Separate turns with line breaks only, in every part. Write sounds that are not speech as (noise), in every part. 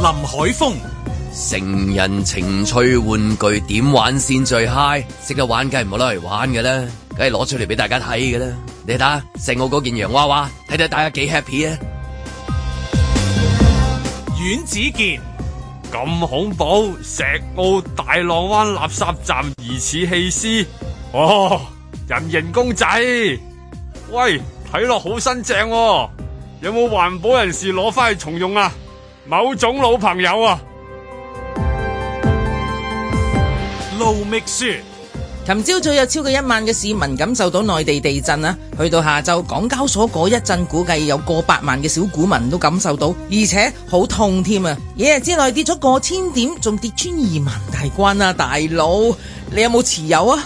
海風。
成人情趣玩具點玩先最 high？識得玩梗係唔好攞嚟玩嘅啦，梗係攞出嚟俾大家睇嘅啦。你睇下，成我嗰件洋娃娃，睇睇大家幾 happy 啊！
阮子健、
咁恐怖！石澳大浪灣垃圾站疑似棄屍，哦，人形公仔，喂，睇落好新淨喎、有冇環保人士攞翻去重用啊？某種老朋友啊，
盧覓雪、
琴朝早有超過一萬嘅市民感受到內地地震啊！去到下晝，港交所嗰一陣估計有過百萬嘅小股民都感受到，而且好痛添啊！一日之內跌咗過千點，仲跌穿二萬大關啊！大佬，你有冇持有啊？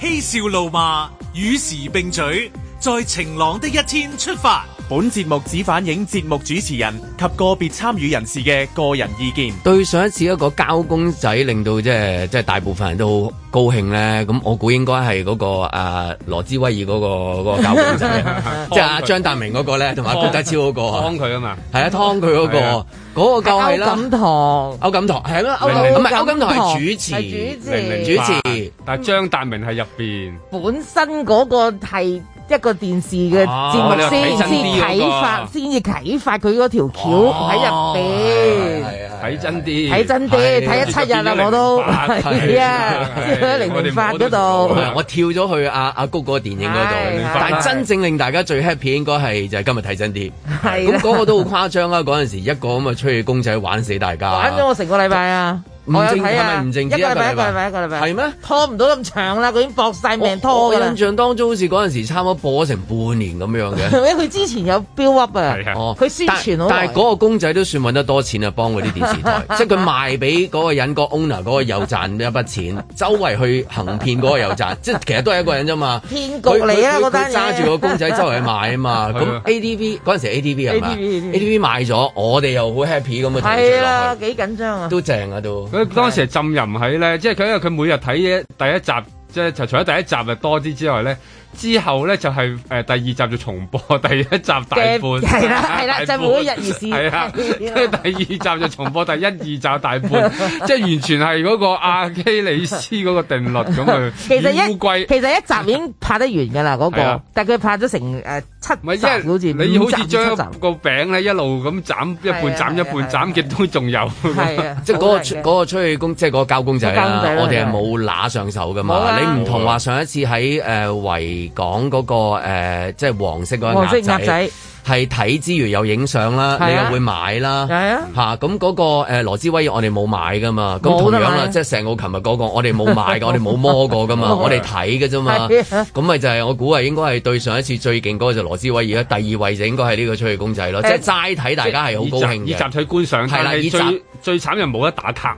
嬉笑怒罵，與時並舉，在晴朗的一天出發。
本節目只反映節目主持人及個別參與人士嘅個人意見。
對上一次嗰個交公仔令到即係即係大部分人都好高興咧，咁我估應該係嗰個啊羅茲威爾嗰個嗰個交公仔，啊
(laughs)
即係阿張達明嗰個咧，同埋高德超嗰個啊
幫，佢啊嘛，
係啊湯佢嗰
係啊
個，嗰個夠係
(laughs)
啦，
歐錦棠，
歐錦棠係咯，歐
明明
錦唔係歐錦棠係主持，
係主持
零零
主持
八但係張達明喺入邊。
本身嗰個係一個電視嘅節
哦
目
你話
先
睇
先
真啲嗰個
啟發，先至啟發佢嗰條橋喺入邊。
哦係啊
睇真啲，
睇真
係
啲，睇咗七日啦，我都
係
係啊，
係
先去 (laughs) 零零八嗰
我哋
度
冇得。
係啊我跳咗去阿阿谷嗰個電影嗰
係
度
係，
但係真正令大家最 happy 應該係就係今日睇真啲。
係
咁
啦
嗰個都好誇張啦！嗰陣時一個咁啊吹氣公仔玩死大家，
玩咗我成個禮拜啊！
唔
我有
正
睇
係咪
啊，
唔正
一個
止一個
禮拜
禮
一個
拜
禮拜一個禮拜，
係咩？
拖唔到咁長啦，佢已經搏晒命
我
拖㗎啦
印。象當中好似嗰陣時差唔多播咗成半年咁樣嘅。
因為佢之前有 build up 啊，
係啊
哦，
佢宣傳好耐
但但係嗰個公仔都算揾得多錢啊，幫嗰啲電視台，
(laughs)
即係佢賣俾嗰個人個 owner 嗰個又賺一筆錢，
(laughs)
周圍去行騙嗰個又賺，即係其實都係一個人啫嘛。
騙局嚟啊
佢佢
嗰單
佢
嘢
揸住個公仔周圍去賣
(laughs)
啊嘛。
係啊
咁 ATV 嗰陣時 ATV 係嘛
ATV
？ATV 賣咗，我哋又好 happy 咁啊，同佢
係
追
啦，
落去
幾緊張啊！
都正啊都。
佢當時係浸淫喺咧，即係佢因為佢每日睇嘢第一集，即係除除咗第一集就多啲之外咧，之後咧就係、誒、第二集就重播 (laughs) 第一集大半，
嘅
(laughs)
係啦係啦
大半
就每一日如是
係
係
啦，
啊
(laughs)
啦
跟住第二集就重播第一、二集
(laughs)
大半，即係完全係嗰個阿基里斯嗰個定律咁去。
(laughs) 其實
以
一
烏龜
其實一集已經拍得完㗎啦，嗰
係啊
個，但係佢拍咗成誒七
唔係，
集，好似
因為你好似將
將
個餅咧一路咁斬一半
係啊
斬一
係啊
半
係
斬
啊
極都仲有。 (laughs)
係啊，
即係嗰個
好難嘅
嗰個吹氣公，即係嗰個交公仔
交
啦
公仔。啦
我哋係冇揦上手噶
冇
嘛，
啊
你唔同話上一次喺誒呃維港嗰個誒，即係黃色嗰個
黃色
鴨
鴨
仔
仔，
係睇之餘有影相啦，
係啊
你又會買
係
啦。
啊，
嚇咁嗰個誒羅茲威爾我哋冇買噶嘛，咁同
冇得
樣啦，
買
即係成個琴日嗰個我哋
(laughs)
冇買噶，我哋冇摸過噶嘛，
冇啊
我哋睇嘅啫嘛
係啊。
咁咪就係我估係應該係對上一次最勁嗰個就羅茲威爾啦，第二位就應該係呢個吹氣公仔咯，即係
誒
齋睇大家係好高興
以集以
嘅
集。體觀賞，
係
但
啦以
係
集
最最慘就冇得打卡，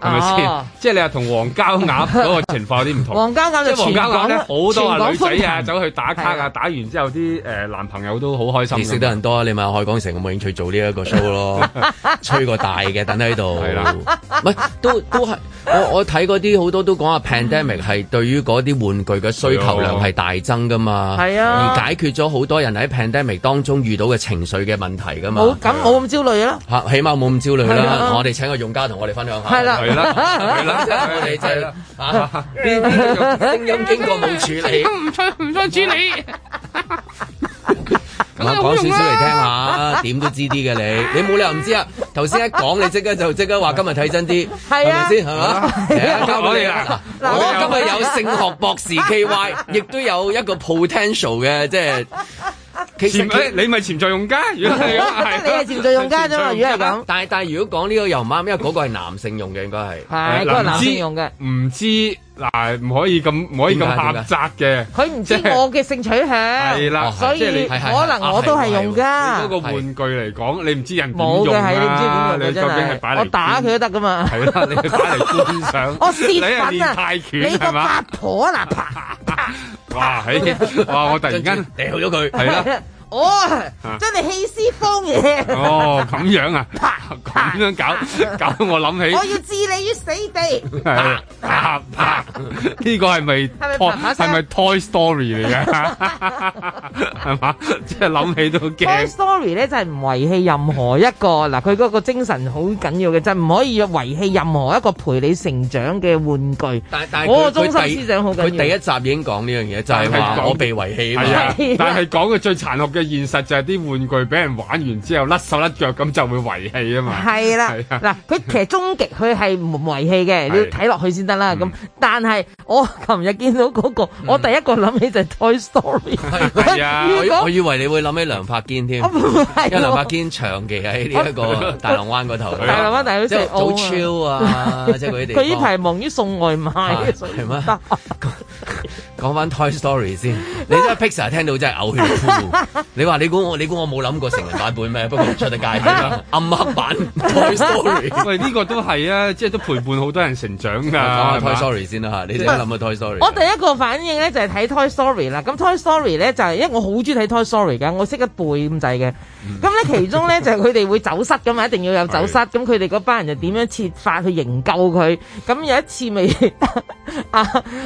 係咪先
哦？
即係你話同黃膠鴨嗰個情況有啲唔同。
黃家鴨
即
就
係黃
全
膠鴨
港
咧，好多啊女仔啊，
全港歡
走
騰
去打卡
係
啊，
啊
打完之後啲誒男朋友都好開心㗎啊
你
嘛。
識得人多，你咪海港城有冇興趣做呢一個 show
(laughs)
咯？吹個大嘅，等喺度。
係啦，
唔係都都係我我睇嗰啲好多都講話 pandemic 係對於嗰啲玩具嘅需求量係大增噶
啊
嘛，
係啊
而解決咗好多人喺 pandemic 當中遇到嘅情緒嘅問題噶
冇
嘛。
咁冇咁焦慮啦，
嚇，起碼冇咁焦慮
係
啦。
啊
我哋請個用家同我哋分享下。
係啦
係啦，係
(laughs)
啦，
我哋就係啊呢呢個聲音經過冇處理。
唔想唔想處理，
(laughs) 咁啊，講少少嚟聽下，點都知啲嘅你，你冇理由唔知啊！頭先一講你即刻就即刻話今日睇真啲，
(laughs)
係
係
咪
啊
先係嘛？係啊交俾你啦！
嗱
嗱
我
我今日有性學博士 K Y，亦都有一個 potential 嘅，即係其
潛誒
實。
你咪潛在用家，如果係咁
你係潛在用家啫嘛，如果係咁，
但係但係如果講呢個又唔啱，因為嗰個係男性用嘅應該係。
係嗰個男性用嘅，
唔知嗱，唔可以咁唔可以咁
點解
狹窄嘅。
佢唔知
即係
我嘅性取
係
向，
啦，
哦
所
即係你
以
係係係
可能我都係用
嗰
噶
個，玩具嚟講，你唔知人點
冇
用
嘅係你唔知
啊
點用
你
嘅
究
真
竟係擺
係，
嚟
我打佢都得噶嘛。
係啦，你打嚟觀賞，
(laughs) 我
你
泄
係
憤
練
啊！
泰拳
你
係
個八
嘛？
婆嗱，啪 (laughs)
哇，係哇！我突然間
掉咗佢，
係啦，
哦，真係棄屍荒野，
哦，咁
(laughs)
樣啊，
啪
咁樣搞搞到我諗起
我。要置你於死地。
係啪啪，呢個係咪
咪
托
啪啪聲
係咪 Toy
(laughs)
Story 嚟嘅？係嘛，即係諗起都
Toy
驚。
Story 咧就係唔遺棄任何一個嗱，佢嗰個精神好緊要嘅，就係唔可以遺棄任何一個陪你成長嘅玩具。
但但
我
佢
個中
佢
心
第
思想好緊要
佢第一集已經講呢樣嘢，就係
係
話
講
我被遺棄啊
係
嘛。
啊，但係講嘅最殘酷嘅現實就係啲玩具俾人玩完之後甩手甩腳咁就會遺棄啊嘛。
係啦
係，啊
嗱，佢其實終極佢係唔遺棄嘅，你要睇落去先得啦。咁但係我琴日見到嗰個，我第一個諗起就係 Toy Story。
係啊
(laughs) 如
我
果
我以為你會諗起梁柏堅添，
我啊
因
唔係
為梁柏
喎，
堅長期喺
(laughs)
呢一個大浪灣嗰頭，
大浪灣大佬
即係早
食 (laughs)
chill 啊，即係嗰啲地
佢呢
方。
排忙於送外賣，
係
所以
啊係
唔
咩
得。
(laughs) 講翻 Toy Story 先，你真係 Pixar 聽到真係嘔血
(laughs)
呼。你話你估我你估我冇諗過成人版本咩？不過唔出得街
(laughs)
㗎啦，暗黑版
(laughs)
Toy Story。
喂，呢個都係啊，即係都陪伴好多人成長㗎。
(laughs)
講下 Toy
啊係嘛
Story 先啦嚇，你哋諗下 Toy Story。啊
我第一個反應咧就係睇 Toy Story 啦。咁 Toy Story 咧就係、因為我好中意睇 Toy Story 嘅，我識得背咁滯嘅。咁咧其中咧就係佢哋會走失咁嘛，一定要有走失。咁佢哋嗰班人就點樣設法去營救佢？咁有一次咪 (laughs) 啊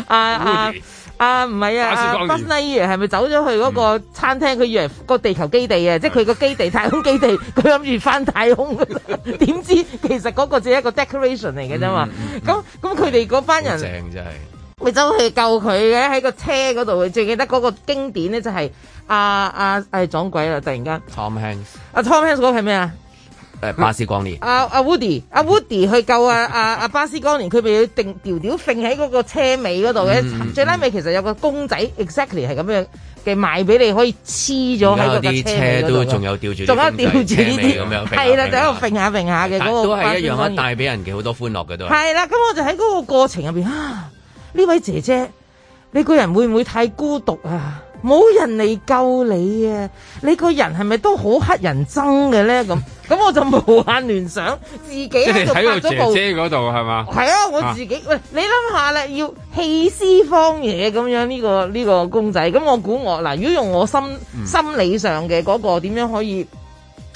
啊啊
Woody
啊唔係啊，
巴斯光
啊
年
Buzz Lightyear 係咪走咗去嗰個餐廳？佢以為個地球基地啊，即係佢個基地太空基地，佢諗住翻太空 (laughs) 㗎啦。點知其實嗰個只係一個 decoration 嚟嘅啫嘛。咁咁佢哋嗰班
好
人。
正啊真係。
咪走去救佢嘅喺個車嗰度，最記得嗰個經典咧就係啊阿阿誒哎撞鬼啦！突然間，
Tom Hanks
阿 Tom Hanks 嗰個係咩啊？
誒巴斯
(laughs)
光年。
阿阿 Woody，阿 Woody 去救阿阿阿巴斯光年，佢咪要定調調揈喺嗰個車尾嗰度
嗯
嘅，最拉尾其實有個公仔，exactly 係咁樣嘅賣俾你，可以黐咗喺
而
個
家有
車尾
啲車
嗰度
都
嘅。
仲有吊住啲公
仲有
仔，
吊住呢
車尾咁
啲
樣，，
係啦，就喺度
揈
揈下揈下嘅
但
嗰個
都係一
巴斯光
樣啊
年
一帶俾人嘅好多歡樂嘅都係。
係啦，咁我就喺嗰個過程入邊啊，呢位姐姐，你個人會唔會太孤獨啊？冇人嚟救你啊！你個人係咪都好乞人憎嘅咧？咁咁我就無限聯想自己
即
喺
係你
度拍
睇到
咗
姐
部。
姐嗰度
(laughs)
係嘛？
係啊，我自己、喂，你諗下啦，要棄屍荒野咁樣呢、個呢、個公仔，咁我估我嗱，如果用我心、心理上嘅嗰、個點樣可以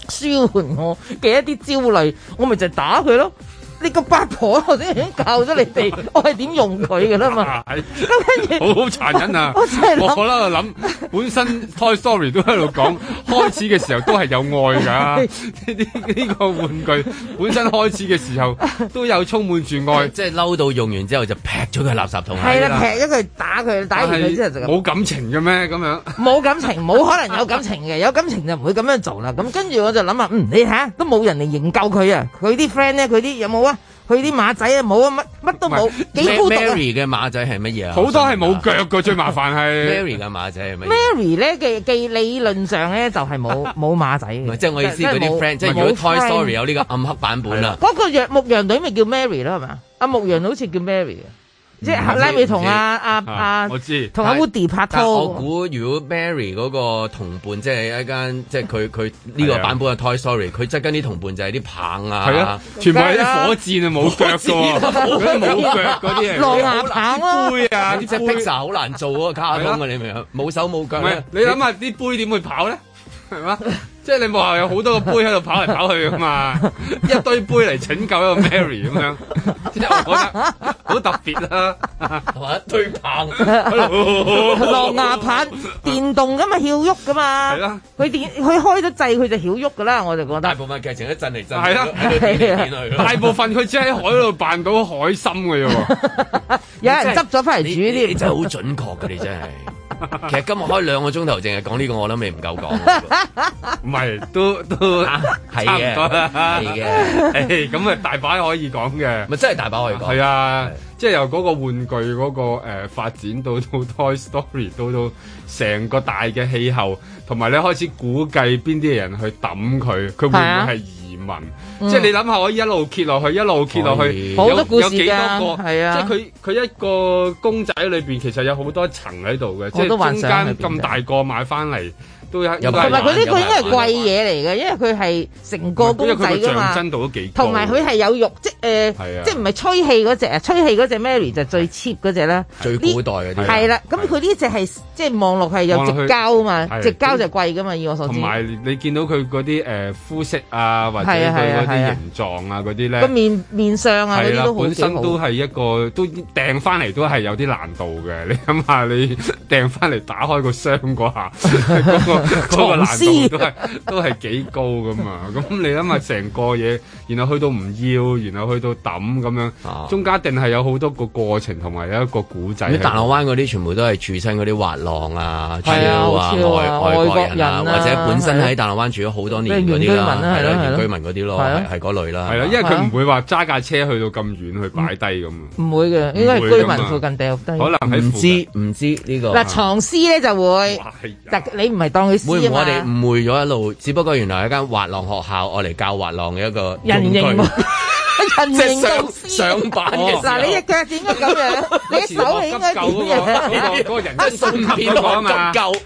舒緩我嘅一啲焦慮，我咪就係打佢咯。你個八婆我先已經教咗你哋， (laughs) 我係點用佢嘅啦嘛。
啊係
咁 (laughs) 跟住
好好殘忍啊！
(laughs) 我真係諗
我喺度諗，本身 Toy Story 都喺度
(laughs)
講，開始嘅時候都係有愛㗎。呢呢呢個玩具本身開始嘅時候都有充滿住愛，
即係嬲到用完之後就劈咗佢垃圾桶。啊
係啦，劈咗佢，打佢，打完佢之後就咁。啊
但係冇感情嘅咩？咁樣
冇感情，冇可能有感情嘅，有感情就唔會咁樣做啦。咁跟住我就諗啊，嗯，你睇下都冇人嚟營救佢啊，佢啲 friend 咧，佢啲有冇啊？佢啲馬仔啊，冇啊，乜乜都冇，幾孤獨啊
Mary 嘅馬仔係乜嘢啊？
好多係冇腳嘅，最麻煩係。
Mary 嘅馬仔係乜嘢？
！Mary 咧嘅嘅理論上咧就係
(laughs)
冇冇馬仔
唔係
嘅，
即係我意思，嗰啲
冇
friend，即係如
冇
果 Toy
friend
Story 有呢個暗黑版本啦，
嗰個羊牧羊隊咪叫 Mary 咯，係嘛？阿牧羊好似叫 Mary 嘅，即係拉尾同阿阿
啊
阿
我知，
同阿 Woody 拍
但我
拖。
估如果 Mary 嗰個同伴，即係一間，即係佢佢呢個版本嘅 Toy Story，佢即係跟啲同伴就係啲棒
啊係啊
啊，，
全部係啲火箭啊，冇腳嘅喎，嗰啲冇腳嗰啲
狼
嚟
牙棒咯，
嘅，杯啊，
即係
啲杯
Pixar 好難做嗰個卡通啊，你明唔明？冇手冇腳啊
唔係
咧，，
你諗下啲杯點會跑咧？係
(laughs)
嘛？即係你幕後有好多個杯喺度跑嚟跑去噶嘛，一堆杯嚟拯救一個 Mary 咁樣，即係我覺得好特別啊
(laughs)
啦。
係嘛？一堆棒，
狼牙棒電動咁嘛，曉喐噶嘛，
係啦
佢電佢開咗掣佢就曉喐噶啦，我就覺
大
得。
部分劇情一震嚟震，
係啊
喺度變嚟變去咯
大部分佢只喺海度扮到海參嘅啫喎，
有人執咗翻嚟
你
煮
你你
添，
真係好準確嘅，你真係。其實今日開兩個鐘頭，淨係講呢個，我諗你唔夠講。
唔係都都
啊係
差唔
嘅，
多啦
係嘅，
誒咁啊大把可以講嘅。
咪真係大把可以講
係。啊，即係由嗰個玩具嗰、個誒、呃、發展到到 (laughs) Toy Story，到到成個大嘅氣候，同埋你開始估計邊啲人去抌佢，佢會唔
係啊嗯
會係移民？即係你諗下，我一路揭落去，一路揭落
可
去，
以
有
好多故事
有幾多
㗎
個？
係啊
即係佢佢一個公仔裏邊其實有好多層喺度嘅，即
我都
係中
幻想
間
喺邊
咁
啫
大個買翻嚟。都有，
有
都
排
同埋佢呢個應該係
有
貴
排
嘢嚟嘅，因為佢係成個公
因為佢
仔
個
噶
像
嘛。
真度都幾高，
同埋佢係有肉，即誒
係啊，
即唔係吹氣嗰只啊？吹氣嗰只 Mary 就最 cheap 嗰只啦，
最古代嗰啲
係啦。咁佢呢只係即係望落係有直膠啊
望落
嘛，
去係
直膠就貴噶嘛，以我所
同
知。
埋你見到佢嗰啲誒膚色啊，或者
係啊係
佢嗰
啊係
啲
啊
形狀啊嗰啲
個
咧。
面面相啊嗰
係
啲
啦
都，好
本身
幾
都
好。
係一個都掟翻嚟都係有啲難度嘅。你諗下，你 (laughs) 掟翻嚟打開個箱嗰下，
(laughs)
嗰、個嗰個難度都係都係幾高噶嘛。咁你諗下成個嘢，然後去到唔要，然後去到抌咁
啊
樣，中間一定係有好多個過程同埋有一個古仔喺啊
咩
度。
大浪灣嗰啲全部都係住身嗰啲滑浪啊、超
係啊
啊、
超
外
啊
外國
外國
人
人
啊，
啊
或者本身喺大浪灣住咗好多年
咩
嗰
原居
啲
民
啦，
啊係咯係
原
咯
居民嗰啲咯，
係啊
係係嗰類啦。
係啦，因為
係
佢
啊
唔會話揸架車去到咁遠去擺低咁啊。
唔會嘅，應該係居民附近掉低。
可能喺
唔
附近
知唔知呢個
嗱，藏屍咧就會，
哇係
但你唔係當佢
會
屍
唔會我哋
啊 (laughs) 嘛，
誤會咗一路？只不過原來係一間滑浪學校，我嚟教滑浪嘅一個
人形
工具
人
(laughs) 即係
形
上
到屍。
上哦板嘅時候
嗱，
(laughs)
你隻腳點解咁樣？你隻手係應該點嘅？
嗰個人真送
順
片
便
嗰個啊
我
嘛
足。夠，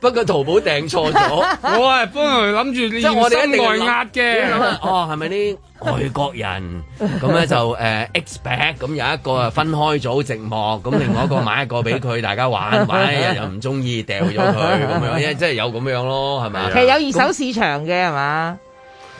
不過淘寶訂
(laughs)
錯咗。
我係幫佢諗住
即係我哋一定
外
係
壓
諗
嘅。
啊哦，係咪啲外國人咁
(laughs)
咧就誒 expect 咁有一個啊分開組寂
(laughs)
寞，咁另外一個買一個俾佢，大家玩玩一日又唔中意掉咗佢咁
(laughs)
樣，因為即係有咁樣咯，係咪啊
(laughs) 其實有二手市場嘅係嘛？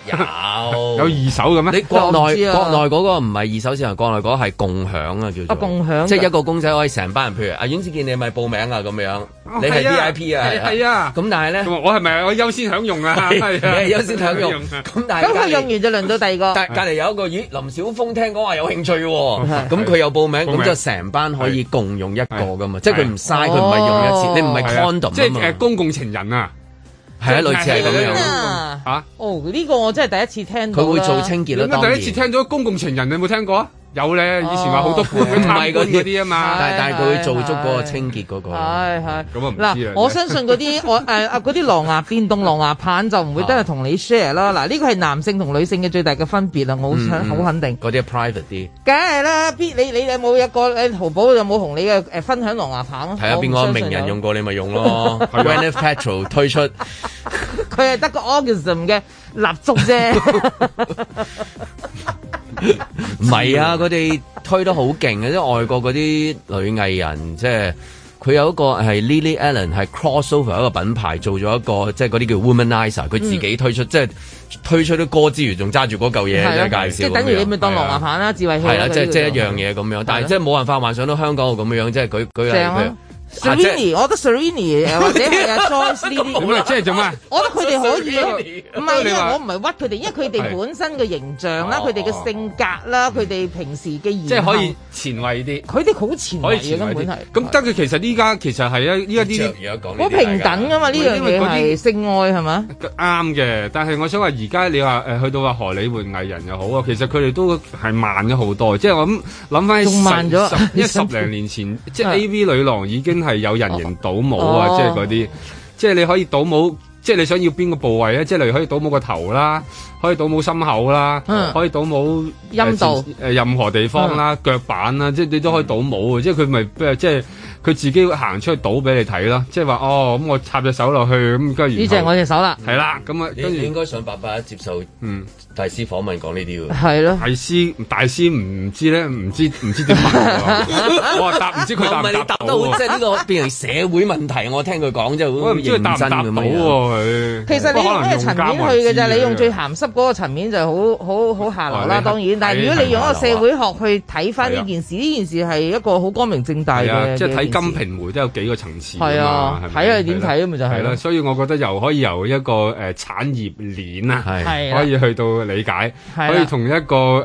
有
有二手嘅咩？
你國
我唔
內
知啊
國內嗰個唔係二手市場，國內嗰個係共享啊，叫做
啊共享嘅
即係一個公仔可以成班人，譬如阿阮子健，你係咪報名啊咁樣，你係
係啊
V I P 啊，
係係啊
咁但係咧，
我係咪我優先享用啊？
(laughs) 你
(laughs) 係啊
係優先享用，
啊
咁但係
咁
隔
佢
離
用完就輪到第二個。
但隔離有一個，咦，林小峰聽講話有興趣喎，咁佢又報名，
報名
咁就成班可以共用一個噶嘛，即係佢唔
係
嘥，佢唔係
哦
用一次，你唔係
係啊
condom
即
啊
係
嘛
誒公共情人啊！
係啊，類似係咁樣咯，
啊
嚇，
(laughs) 哦，呢個我真係第一次聽到
佢
啦。
會做清潔
點
咯，當
解
然。
第一次啊聽到公共情人？你有冇聽過啊？有咧，以前話好多官會貪官嗰啲啊嘛。
但係但係佢會做足嗰個清潔嗰個。
係係。
咁啊唔知
嗱
啊，
我相信嗰
(laughs)
啲我誒啊嗰啲狼牙電動狼牙棒就唔會得係同你 share 啦。
啊
嗱，呢個係男性同女性嘅最大嘅分別啦，我好
嗯
想好肯定。
嗰啲係 private 啲，
梗係啦，必你你有冇一個誒淘寶有冇同你嘅誒分享狼牙棒啊？
睇下邊
我
個
唔相信
名人
有
用過你咪用
(laughs)
咯。Gwyneth
啊
Paltrow 推出，
佢係得個 orgasm 嘅蠟燭啫，
唔係啊，佢哋推得好勁嘅，即係外國嗰啲女藝人，即係佢有一個係 Lily Allen 係 crossover 一個品牌做咗一個，即係嗰啲叫 Womanizer，佢自
嗯
己推出，即係推出啲歌之餘，仲揸住嗰嚿嘢
係
即
啦
係
即係啊
介紹咁樣。
等於你咪當狼牙棒啦，智慧器啦
係啦，啊即係
佢
即係
呢
一
個
樣嘢咁樣，但係即係冇辦法幻想到香港會咁樣，即係舉舉例
啊正
譬如
啊。
啊即係
Serrini，我覺得 Serrini 誒或者係阿 Joyce 呢啲。
咁啊，即係做咩？
我覺得佢哋可以咯，唔係因
你
為
話
我唔係屈佢哋，因為佢哋本身嘅形象啦，
哦
佢哋嘅性格啦，佢哋平時嘅言
即係可以
行，
前衛啲，
佢哋好前
可以
衞嘅
前
根
衛
本係
啲。咁得佢其實依家其實係啊，依家呢啲
著而家講呢啲
好平等噶嘛？呢樣
因為
嘢
嗰啲
係性愛係嘛？
嗯啱嘅，但係我想話而家你話誒、去到話荷里活藝人又好啊，其實佢哋都係慢咗好多，即係我諗諗翻
仲慢咗啊 (laughs)
十一十零年前，即係 A V 女郎已經係有人形倒模啊，
哦
即係嗰啲，即係你可以倒模。即係你想要邊個部位咧？即係例如可以倒模個頭啦，可以倒模心口啦，
嗯
可以倒模
陰道嗯
誒、呃任何地方啦、腳板啦，即係你都可以倒模嘅。即係佢咪呃即係佢自己行出去倒俾你睇啦。即係話哦，咁我插隻手落去咁，跟住
呢隻
然後
係我隻手啦，
係啦，咁啊，
你
跟
你應
住
該上八八一接受
嗯，
大師訪問講呢啲喎。
係咯
大。師大師唔知咧，唔知唔知點問
(laughs)
喎，我話答唔知佢答
哦唔係
唔
你
答
答
到
得好，即
喎，
係呢個變成社會問題。我聽佢講即係好
我唔知佢答
認
唔
真
答
咁
到
樣。啊
喎佢。
其實你
不過
用
可能
咩層面
家啊
去嘅
為
咋？
啊
之
你用最鹹濕嗰個層面就好好好下流
哦
啦，
你
當然。但係如果你用
啊
一個社會學去睇翻
係啊
呢件事，呢件事係一個好光明正大
係啊，
嘅。
即係睇
嘅
《
一件
金
事
瓶梅》都有幾個層次㗎嘛。
係啊
係，咪
睇下你點睇咁咪就
係
係
啦，
咯。
所以我覺得又可以由一個誒產業鏈啊。
係
係啦
可以去到理解，
係啦
可以同一個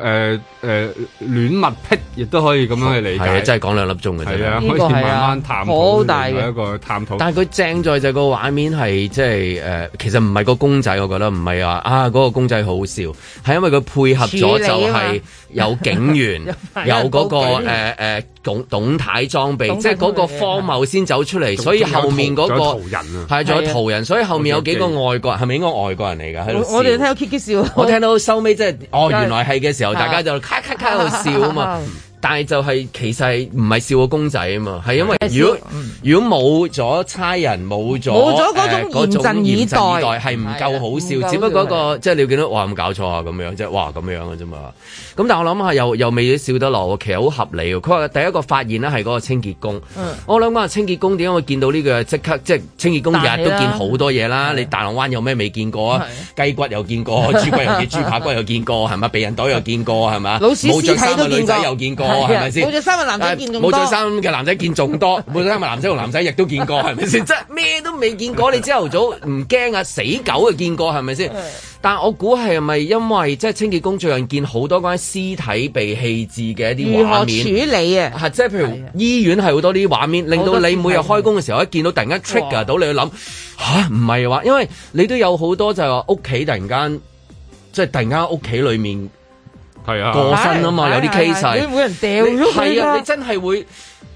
誒誒戀物癖，亦都可以咁樣去理
係啊，
解。
真係講兩粒鐘嘅
係
啫
啊，。可
呢個
以慢
係啊
慢探討
好大嘅
另外一個探討。
但係佢正在就個畫面係即係誒，其實唔係個公仔，我覺得唔係話啊嗰個公仔好好笑，係因為佢配合咗
處
就
理啊嘛
(laughs)
係有警員有嗰個誒誒董董太裝備，
董
即
太
係嗰個
裝備
啊
荒謬先走出嚟，所以
仲有
後面嗰
仲有途
個
人啊。
係仲有途人，所以後面有幾個
我
外國人，係咪應該外國人嚟㗎？喺度
我 (laughs) 我哋
笑
聽到 Kiki 笑， (laughs)
我聽到收尾即係哦，原來係嘅時候，大家就咔咔咔喺度笑啊嘛。但係就係其實係唔係笑個公仔啊嘛，係因為
係
如果
笑嗯
如果冇咗差人，冇咗
冇咗嗰種
誒嗰種
嚴陣以待
嚴係唔夠好
係啊唔夠
笑。
笑
只不過個即係你會見到哇有冇搞錯啊咁樣即係哇咁樣嘅啫嘛。咁但係我諗下又又未笑得落喎，其實好合理喎。佢話第一個發現咧係嗰個清潔工，
嗯
我諗下清潔工點解會見到呢個即刻即係清潔工日日都見好多嘢啦。你大浪灣有咩未見過啊？雞骨又見
(laughs)
過，豬骨又見，豬扒骨又見過，係咪？避孕袋又見過，係咪？
老鼠
冇
屍
着
體
衫嘅
都
女
見
仔
過，
又見過，
係啊
係咪先？
冇着衫嘅男仔
但係
見仲
冇
多，
着衫嘅男仔見
(laughs)
仲多，冇着衫嘅男仔同男仔亦都見過，係咪先？即係咩都未見過，你朝頭早唔驚啊，死狗啊見過係
(laughs)
咪先？但我估係咪因為即係清潔工最近見好多關於屍體被棄置嘅一啲
如何
畫
處
面？
理啊？
係即係譬
係啊
如醫院係好多呢啲畫面，令到你每日開工嘅時候一見到突然間 trigger 到你去諗吓，唔係話，因為你都有好多就係話屋企突然間即係突然間屋企裡面
係啊，
過身啊嘛，
係
有
係
啲 case 係
係你每人掉
你
咗佢
係啊，
㗎
你真係會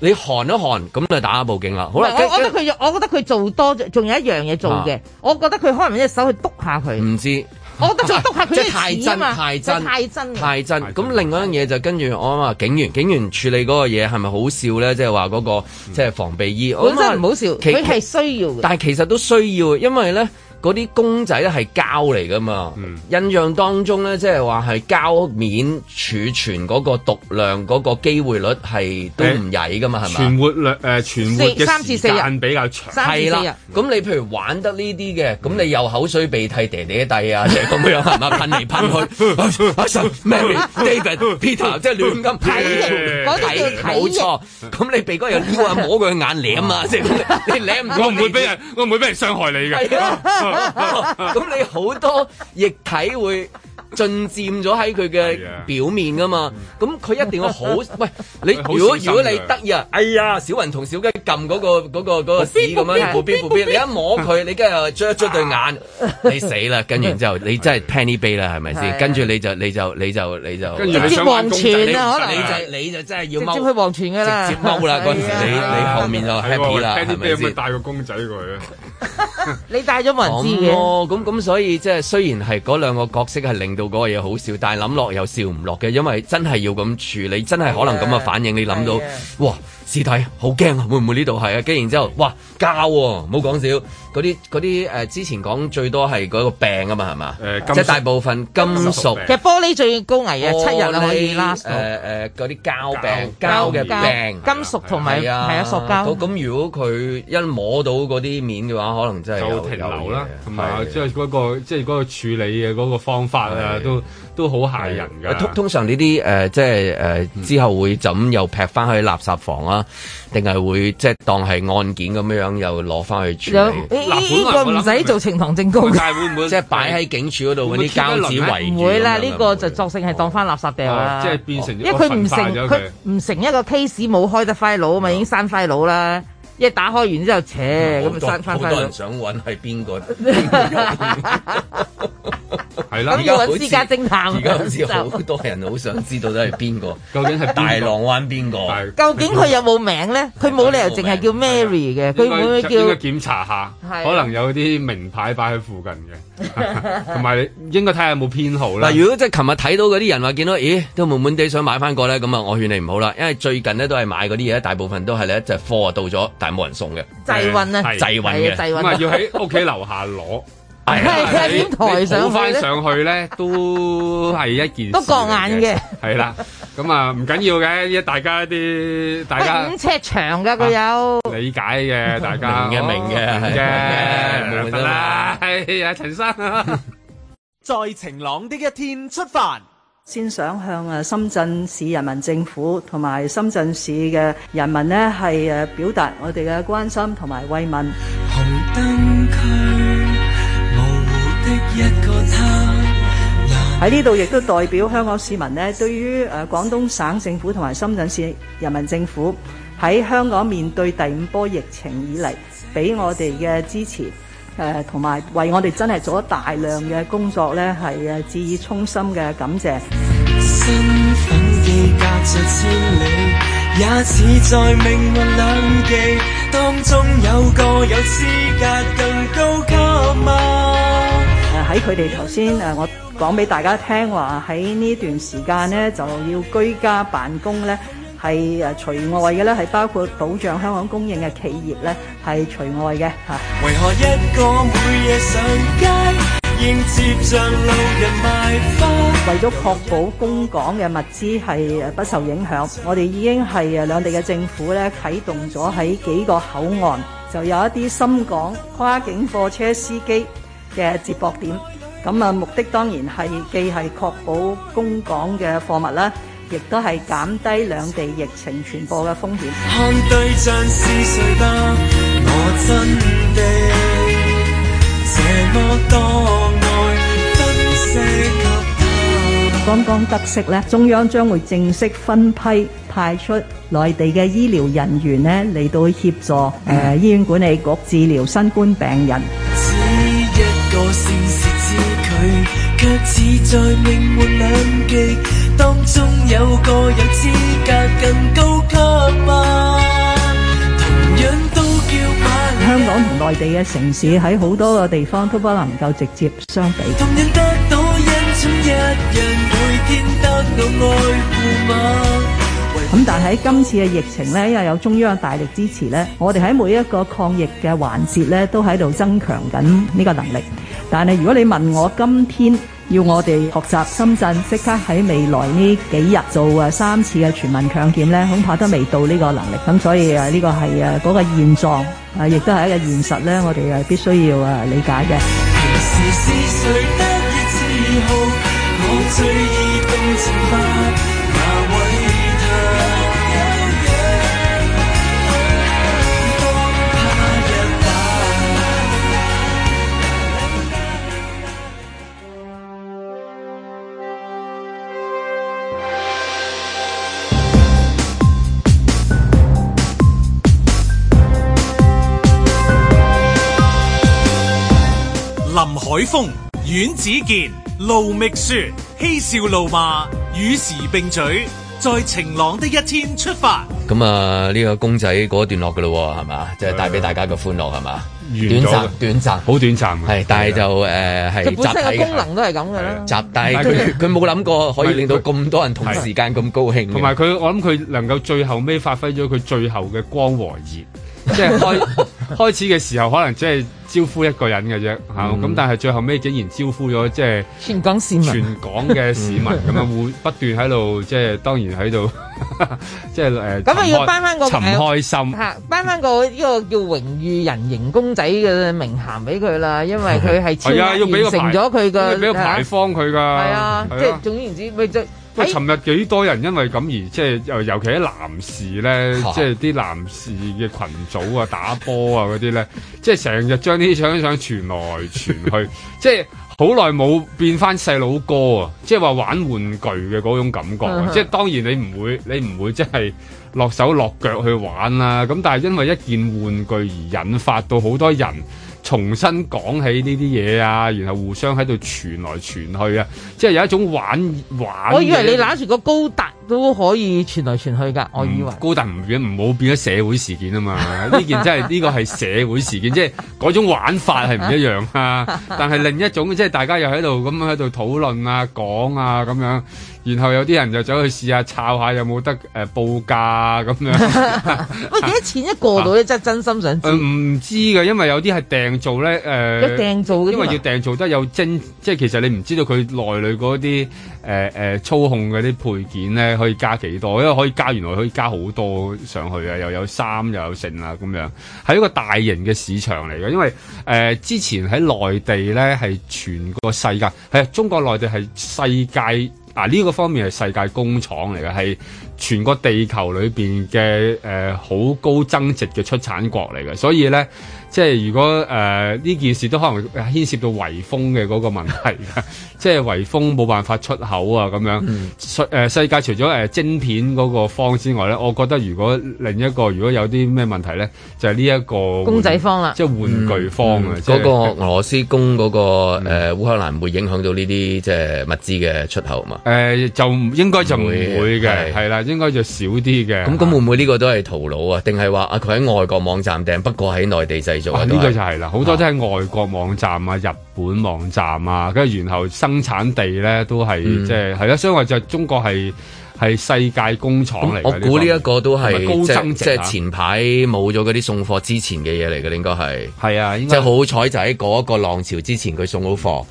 你寒一寒咁就打報警啦。好
唔
啦
係，
跟啊
我我覺得佢有，我覺得佢做多咗，仲有一樣嘢做嘅，我覺得佢可能一隻手去篤下
跟
佢，
唔知。
(laughs) 我覺得佢篤下佢
(laughs) 即係
啲
太
屎啊嘛
真太真
就太真嘅，
太真。
太真
咁另外一樣嘢就跟住我話警員，警員處理嗰個嘢係咪好笑咧？即係話嗰個
嗯
即係防備衣，我
本
諗
身唔好
啊
笑，
其
佢係需要嘅，
但係其實都需要，因為咧嗰啲公仔咧係膠嚟噶嘛。
嗯
印象當中咧，即係話係膠面儲存嗰個毒量嗰個機會率係都唔曳噶嘛，係咪？
存活率誒存活
四三
嘅
至
時
四日
間比較長。
三至
係
四
啦
日。，嗯
咁你譬如玩得呢啲嘅，咁你又口水鼻涕嗲嗲地
(laughs)
啊，即係咁樣係嘛，噴嚟噴去，哎阿 s
(laughs)
Mary、David、Peter，即係亂咁睇
液嗰啲叫體液
冇錯。咁你鼻哥又撩啊，摸佢眼舐啊，即係咁你舐唔到，
我唔會俾人，我唔會俾人傷害你嘅。
係啊， (laughs) 咁你好多液體會。進佔咗喺佢嘅
係啊
表面噶嘛，咁佢一定要好，喂，你
好
如果
小心
如果
㗎
你得意啊，哎呀，小雲同小雞撳嗰個嗰個嗰個屎咁樣，
嗶
步邊步邊，你一摸佢， (laughs) 你跟住又捽一捽對眼，你死啦！跟完之後，你真係 Penny Bay 啦，係咪
係
先？
啊
跟住你就你就你就你就
跟住
直
你
接
想玩
黃
公仔
泉
你
啊，可能
你就你就真係要
直接去
踎，
黃泉㗎啦，
直接踎啦！嗰陣時
(laughs)
你
係啊
你後面就 happy 啦，係咪先？
帶個公仔過去啊？
你帶咗冇人知
咁
嘅，
咯，咁咁所以即係雖然係嗰兩個角色係令到嗰個嘢好笑，但係諗落又笑唔落嘅，因為真係要咁處理，真係可能咁嘅反應，你諗到
係啊
哇屍體好驚啊，會唔會呢度係啊？跟住然之後哇膠喎，冇講少嗰啲嗰啲誒之前講最多係嗰個病啊嘛係嘛，
誒
即
金
係
屬
大部分金屬
其實玻璃最高危嘅，七日啦啊可以
玻璃
last
誒
到
誒嗰啲膠病膠
膠
嘅
膠
病。
金屬同埋係
係啊，
啊塑
咁
膠，
咁如果佢一摸到嗰啲面嘅話，可能真係有
就停留啦
有嘢，
同埋
係
即係嗰個即係嗰個處理嘅嗰個方法啊，
係
都都好嚇人㗎。
啊通通常呢啲誒即係誒、呃之後會就咁又劈翻去垃圾房啊，定係會即係當係案件咁樣樣又攞翻去處
有
理，
呢
嗱本
呢
來
個
我
唔
諗
使做呈堂證供嘅。
但係會唔會哦
即係擺喺警署嗰度
會唔
嗰
會
啲膠
貼一
紙
輪
圍
唔
住
會啦，
咁樣
呢個
樣
就作性係當翻垃圾掉啦
哦。即係變成
啊因為佢唔
一
成
個分化咗
佢
佢
唔成一個 case 冇開得 file 啊
哦
嘛，已經刪 file 啦。一打開完之後，扯咁就刪
好
翻
多好多
file
人。想揾係邊個？
係啦
咁？
而家
要
啊好似
揾私家偵探。
而家好似好
就
多人好想知道都係
(laughs)
邊個，
究竟係邊個
大浪灣邊個？
但係
究竟佢有冇名咧？佢冇理由淨係叫 Mary
嗯
嘅，佢
應該
會唔會
應該
叫
檢查下，
係啊
可能有啲名牌擺喺附近嘅， (laughs) 同埋你應該睇下有冇偏好啦
嗱，。如果即係琴日睇到嗰啲人話見到，咦，都悶悶地想買翻個咧，咁啊，我勸你唔好啦，因為最近咧都係買嗰啲嘢，大部分都係咧就係貨啊到咗，但係冇人送嘅，
濟運啊？
係
滯運
係啊
嘅，
濟
咁啊，
運。
要喺屋企樓下攞，
係啊
(laughs) 係啊，點抬上
你抱翻
去咧？
上去咧，都係一件事
都過眼嘅，
係啦。咁啊，唔緊要嘅，一大家啲大家
喂，五。尺長㗎佢有。
理解嘅，大
(laughs)
家
明嘅明嘅
哦
係
嘅，
明嘅
得啦，係啊，
(laughs)
陳生。
在晴朗的一天出發。
先想向誒深圳市人民政府同埋深圳市嘅人民呢，係誒表達我哋嘅關心同埋慰問。
紅燈區，模糊的一個他，
喺呢度亦都代表香港市民呢，對於誒廣東省政府同埋深圳市人民政府喺香港面對第五波疫情以嚟，俾我哋嘅支持。誒同埋為我哋真係做咗大量嘅工作呢，係誒致以衷心嘅感謝。
身份地隔着千里，也似在命運兩極當中有個有資格更高級嗎？
呃誒喺佢哋頭先誒我講俾大家聽話喺呢段時間呢，就要居家辦公呢。係誒除外嘅咧，係包括保障香港供應嘅企業咧係除外嘅啊嚇。
為何一個每夜上街，迎接像路人賣花？
為咗確保供港嘅物資係誒不受影響，我哋已經係誒兩地嘅政府咧啟動咗喺幾個口岸，就有一啲深港跨境貨車司機嘅接駁點。咁啊，目的當然係既係確保供港嘅貨物啦，亦都係減低兩地疫情傳播嘅風險。
看對象是誰吧，我真的這麼多愛分析給他。
剛剛得悉咧，中央將會正式分批派出內地嘅醫療人員咧嚟到協助誒、呃醫院管理局治療新冠病人。
只一個姓氏之距，卻似在命運兩極當中有個有資格更高級嗎？同樣都叫瑪麗
香港同內地嘅城市喺好多個地方都不能夠直接相比。
同樣得到恩寵一樣，每天得到愛護嗎？
咁但係喺今次嘅疫情呢，因為有中央大力支持呢，我哋喺每一個抗疫嘅環節呢，都喺度增強緊呢個能力。但係如果你問我今天要我哋學習深圳即刻喺未來呢幾日做誒三次嘅全民強檢呢，恐怕都未到呢個能力。咁所以呃誒呢個係誒嗰個現狀，誒亦都係一個現實呢，我哋誒呃必須要誒理解嘅。
平時是誰得意自豪？我最易動情吧，那位他，多怕一把。
林海峰、阮子健、路觅雪，嬉笑怒罵，與時並舉，在晴朗的一天出發。
咁啊，呢個公仔嗰段落噶咯，係嘛？即係帶俾大家嘅歡樂係嘛？短
咗
暫
啦，
短暫，
好短暫嘅
係，但係就誒係
佢本身
集
嘅
體
功
嘅。
能都係咁嘅啦。
集但係啊佢佢冇諗過可以令到咁多人同時間咁高興嘅，
同埋佢，我諗佢能夠最後尾發揮咗佢最後嘅光和熱，即係開 (laughs) 開始嘅時候可能只係招呼一個人嘅啫嚇，咁、但係最後尾竟然招呼咗即係
全港
嗯
市民
全港嘅市民咁樣，會不斷喺度即係當然喺度 (laughs) 即係誒，
咁啊要
尋開
翻翻個
尋開心。
嚇，頒翻個呢個叫榮譽人形公仔嘅名銜俾佢啦，因為佢係超
係啊，要俾
完
個
成
牌
咗佢
要
嘅啊
俾個牌坊佢㗎。係
係啊，即係
係。
總言之，咪就
喂，
喺
尋日幾多人因為咁而即係呃尤尤其喺男士咧，
嚇
即係啲男士嘅群組啊、打波啊嗰啲咧，即係成日將呢啲相相傳來傳去， (laughs) 即係好耐冇變翻細佬哥啊！即係話玩玩具嘅嗰種感覺啊
嗯！哼
即係當然你唔會，你唔會即係落手落腳去玩啦。咁但係因為一件玩具而引發到好多人。重新講起呢啲嘢啊，然後互相喺度傳來傳去啊，即係有一種玩玩嘅。
哎我以為你揦住個高達都可以傳來傳去㗎，我以為
嗯。高達唔變唔好變咗社會事件啊嘛！ (laughs) 呢件真係呢個係社會事件，即係嗰種玩法係唔一樣
(laughs)
啊。但係另一種即係大家又喺度咁喺度討論啊、講啊咁樣，然後有啲人就走去試下抄下有冇得誒、呃、報價啊咁樣。
(laughs) 喂，幾多錢一個到咧？真係真心想知
誒。唔、知嘅，因為有啲係訂做咧誒。呃
有訂做嘅啊
因
嘛
為要訂做得有精，即係其實你唔知道佢內裏嗰啲誒誒操控嗰啲配件咧，可以加幾多？因為可以加，原來可以加好多上去啊！又有衫，又有剩啊，咁樣係一個大型嘅市場嚟嘅。因為誒、呃之前喺內地咧係全個世界係中國內地係世界啊呢、個方面係世界工廠嚟嘅，係全個地球裏邊嘅誒好高增值嘅出產國嚟嘅，所以咧。即係如果呃誒呢、件事都可能呃牽涉到圍封嘅嗰個問題 (laughs) 嘅，即係圍封冇辦法出口啊咁樣。
嗯
世誒、世界除咗誒、呃晶片嗰個方之外咧，我覺得如果另一個如果有啲咩問題咧，就係呢一個
公仔坊啦
即係玩具方啊，即係嗯
嗯嗰個俄羅斯攻嗰個誒烏克蘭唔會影響到呢啲即係物資嘅出口嘛？
呃誒、就唔應該就唔會
唔會
嘅，
係
係啦，應該就少啲嘅。
咁咁會唔會呢個都係徒勞啊？定係話啊佢喺外國網站訂，不過喺內地製造啊？
啊呢、
都
個
係
就係啦，好多都係外國網站啊、日本網站啊，跟住然後生產地咧都係
嗯
即係係啦，所以話就中國係係世界工廠嚟嘅。
我估呢一個都
同
係
埋
即
高
係
增
即
值
係
啊
前排冇咗嗰啲送貨之前嘅嘢嚟嘅，應該係。
係啊，應
即
該
係好彩就喺嗰一個浪潮之前佢送好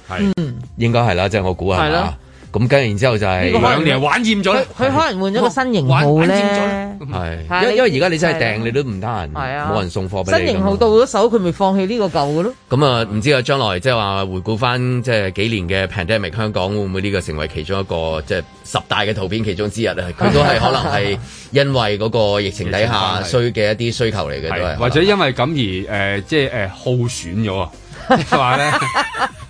貨，
係
應該係啦，即係我估係
嗯係咯
嘛。咁跟然之後就係
呢個
兩年啊玩厭咗啦
佢佢可能換咗個新型號
玩玩厭咗
咧
啦，
係，
係
因因為而家你真係
係
訂
啊
你都唔得閒，
係啊
冇人送貨俾你㗎嘛。
新型號到咗手，佢咪放棄呢個舊嘅
(laughs)
咯？
咁啊，唔知啊，將來即係話回顧翻即係幾年嘅 pandemic，香港會唔會呢個成為其中一個即係十大嘅圖片其中之一啊？佢都係可能係因為嗰個疫情底下
(laughs) 疫情關係
需嘅一啲需求嚟嘅，都係
係或者因為咁而誒呃即係誒耗損咗
(laughs)
啊，即係話咧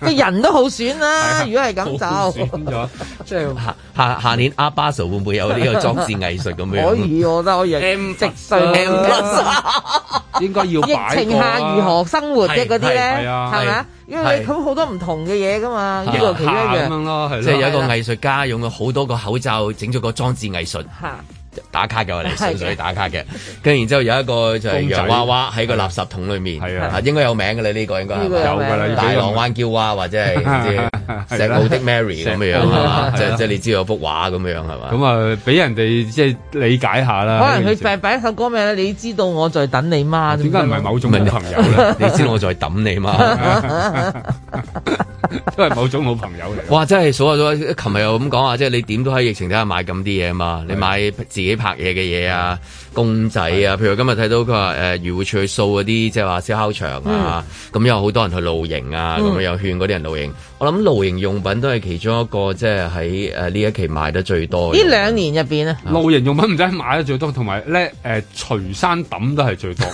個人都好選啦， (laughs)
啊
如果係咁
耗
就
損咗，
(laughs)
即係
下下下年阿巴 s 會唔會有呢個裝置藝術咁
可
樣？
以，我覺得可以
啊 M
直碎
M plus
應該要
(laughs) 疫
擺
情
過
下
啊
如何生活嘅嗰啲咧，
係係係啊
係咪啊？因為你
係
咁好多唔同嘅嘢噶嘛，呢
疫
個其中一
下咁
樣
樣咯，係
即係有一
係
個
啦
藝術家用咗好多個口罩整咗個裝置藝術。
嚇。
打卡嘅我哋純粹打卡嘅，跟住然之後有一個就係
公仔
洋娃娃喺個垃圾桶裏面，
係啊
應該有名嘅啦呢個應該係
呢個
咪
有㗎啦，要
大
俾個啊
浪灣叫蛙或者係唔知石澳的 Mary 咁樣樣係嘛？即係即係你知道有幅畫咁樣係嘛？
咁啊，俾人哋即係理解下啦。
可能佢擺擺一首歌咩咧？你知道我在等你媽，
啊點解唔係某種好朋友咧？
咁你知道我在揼你嘛？
(laughs) 都係某種好朋友嚟。
哇！真係數下數下，琴日又咁講啊，即係你點都喺疫情底下買咁啲嘢嘛？你買自己拍嘢嘅嘢啊，公仔啊，譬如今日睇到佢話誒漁護處去掃嗰啲即係話燒烤場啊，咁有好多人去露營啊，咁樣又勸嗰啲人露營。我諗露營用品都係其中一個即係喺誒呢一期賣得最多
呢
嘅。
兩年入邊啊，
露營用品唔使買得最多，同埋咧誒除衫抌都係
(laughs)
最多。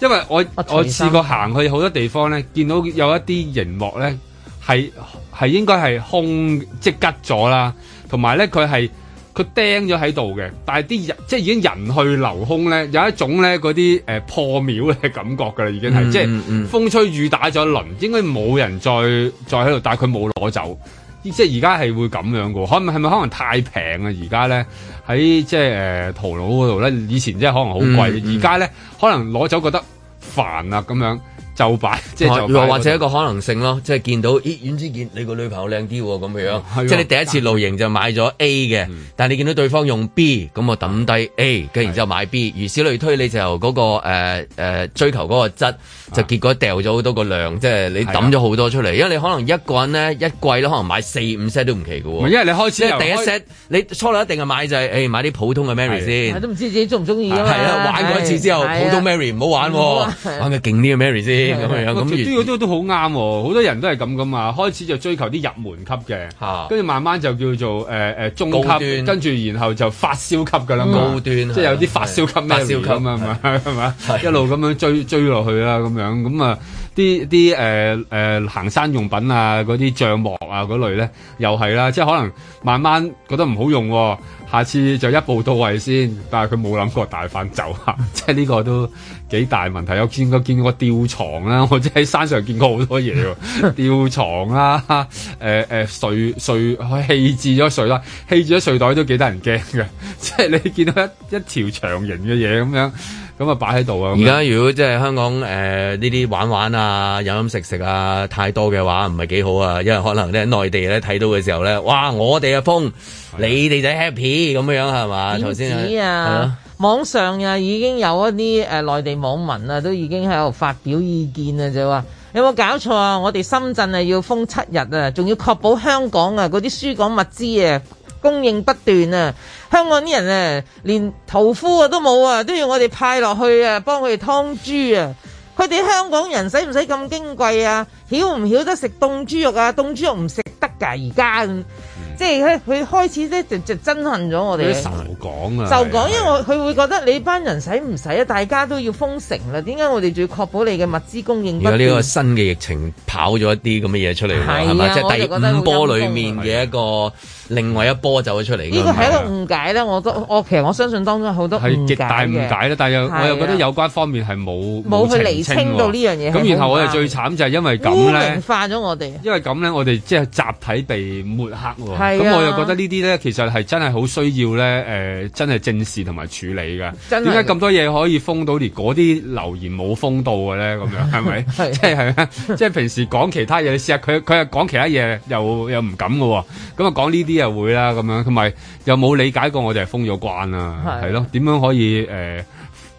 因為我
啊除
我
衫
試過行去好多地方咧，見到有一啲熒幕咧係係應該係空即係吉咗啦，同埋咧佢係佢釘咗喺度嘅，但係啲人即係已經人去樓空咧，有一種咧嗰啲誒破廟嘅感覺㗎啦，已經係、
嗯
即係。
嗯嗯
風吹雨打咗一輪，應該冇人再再喺度，但係佢冇攞走，即係而家係會咁樣嘅喎。可能係咪可能太平啊？而家咧喺即係誒淘寶嗰度咧，以前即係可能好
嗯嗯
貴，而家咧可能攞走覺得煩啊咁樣，就擺 (laughs) 即係就擺
哦又
嗰度
或者一個可能性咯，即係見到咦阮之健你個女朋友靚啲喎咁樣，
嗯係喎啊嗯
即係你第一次露營就買咗 A 嘅，但係你見到對方用 B，咁我抌低 A，跟住然之後買 B，如此類推，你就由嗰、個誒、呃呃追求嗰個
啊
質，就結果掉咗好多個量，即係你抌咗好多出嚟，因為你可能一個人咧一季咧可能買四五 set 都唔奇嘅
唔係
喎。
因為你開始
即係
由
第一
開
set，你初嚟一定係買就係、誒、買啲普通嘅 Mary
係啊
先
我，啊都唔知自己中唔中意啊嘛。
係啊，玩過一次之後，
係啊
普通 Mary 唔好玩
唔好
喎
玩，係啊
玩嘅勁啲嘅 Mary 先咁樣，
喂
咁
其實呢個都都好啱喎，好多人都係咁噶嘛，開始就追求啲入門級嘅
啊
嚇，
跟住慢慢就叫做誒誒、呃中級
啊高端，
跟住然後就發燒級噶啦嘛，
高端啊
即係有啲發燒級
係發燒級
Mary 咁啊嘛，係嘛
係，
一路咁樣追追落去啦，咁樣咁啊啲啲誒誒行山用品啊，嗰啲帳幕啊嗰類咧，又係啦，即係可能慢慢覺得唔好用喎。下次就一步到位先，但係佢冇諗過帶翻走啊！ (laughs) 即係呢個都幾大問題。我見過見過吊床啦， (laughs) 我即係喺山上見過好多嘢喎，
(laughs)
吊床啦，誒、誒睡睡棄置咗睡啦，棄置咗睡袋都幾得人驚嘅， (laughs) 即係你見到一一條長形嘅嘢咁樣，咁啊擺喺度啊，咁
而
樣
家如果即係香港誒呃呢啲玩玩啊、飲飲食食啊太多嘅話，唔係幾好啊，因為可能咧內地咧睇到嘅時候咧，哇！我哋嘅風，你哋就 happy 咁樣樣係嘛？啊頭先
啊點止
係咯
啊，網上啊已經有一啲誒內地網民啊，都已經喺度發表意見啊，就話有冇搞錯啊？我哋深圳啊要封七日啊，仲要確保香港啊嗰啲輸港物資啊。供應不斷啊！香港啲人啊，連屠夫啊都冇啊，都要我哋派落去啊，幫佢哋劏豬啊！佢哋香港人使唔使咁矜貴啊？曉唔曉得食凍豬肉啊？凍豬肉唔食得㗎，而家咁即係佢佢開始咧就就憎恨咗我哋
佢。仇港啊，
就講，因為我佢會覺得你班人使唔使啊？大家都要封城啦，點解我哋仲要確保你嘅物資供應不
而家
斷？
呢個新嘅疫情跑咗一啲咁嘅嘢出嚟
係
喎，
啊
係嘛？即
我就覺得
係第五波裡面嘅一個另外一波走咗出嚟。
啊呢個係一個誤解啦，我都我其實我相信當中有好多
啊係
誤
極大誤
嘅。
解啦，但係又
係啊
我又覺得有關方面係冇
冇去
釐
釐清到呢樣嘢係
咁然後
好
我
啱
哋最慘就係因為
污
咁咧
名。化咗我哋，啊
因為咁咧，我哋即係集體被抹黑喎。
係啊
咁、我又覺得呢啲咧，其實係真係好需要咧，誒、真係正視同埋處理㗎。
真
點
係
解咁多嘢可以封到，連嗰啲留言冇封到嘅咧？咁
(laughs)
樣係咪？即係係啊即係平時講其他嘢，你試下佢佢又講其他嘢，又又唔敢嘅喎。咁啊講呢啲又會啦，咁樣同埋又冇理解過我哋係封咗關啦，
係
係咯？點樣可以誒？呃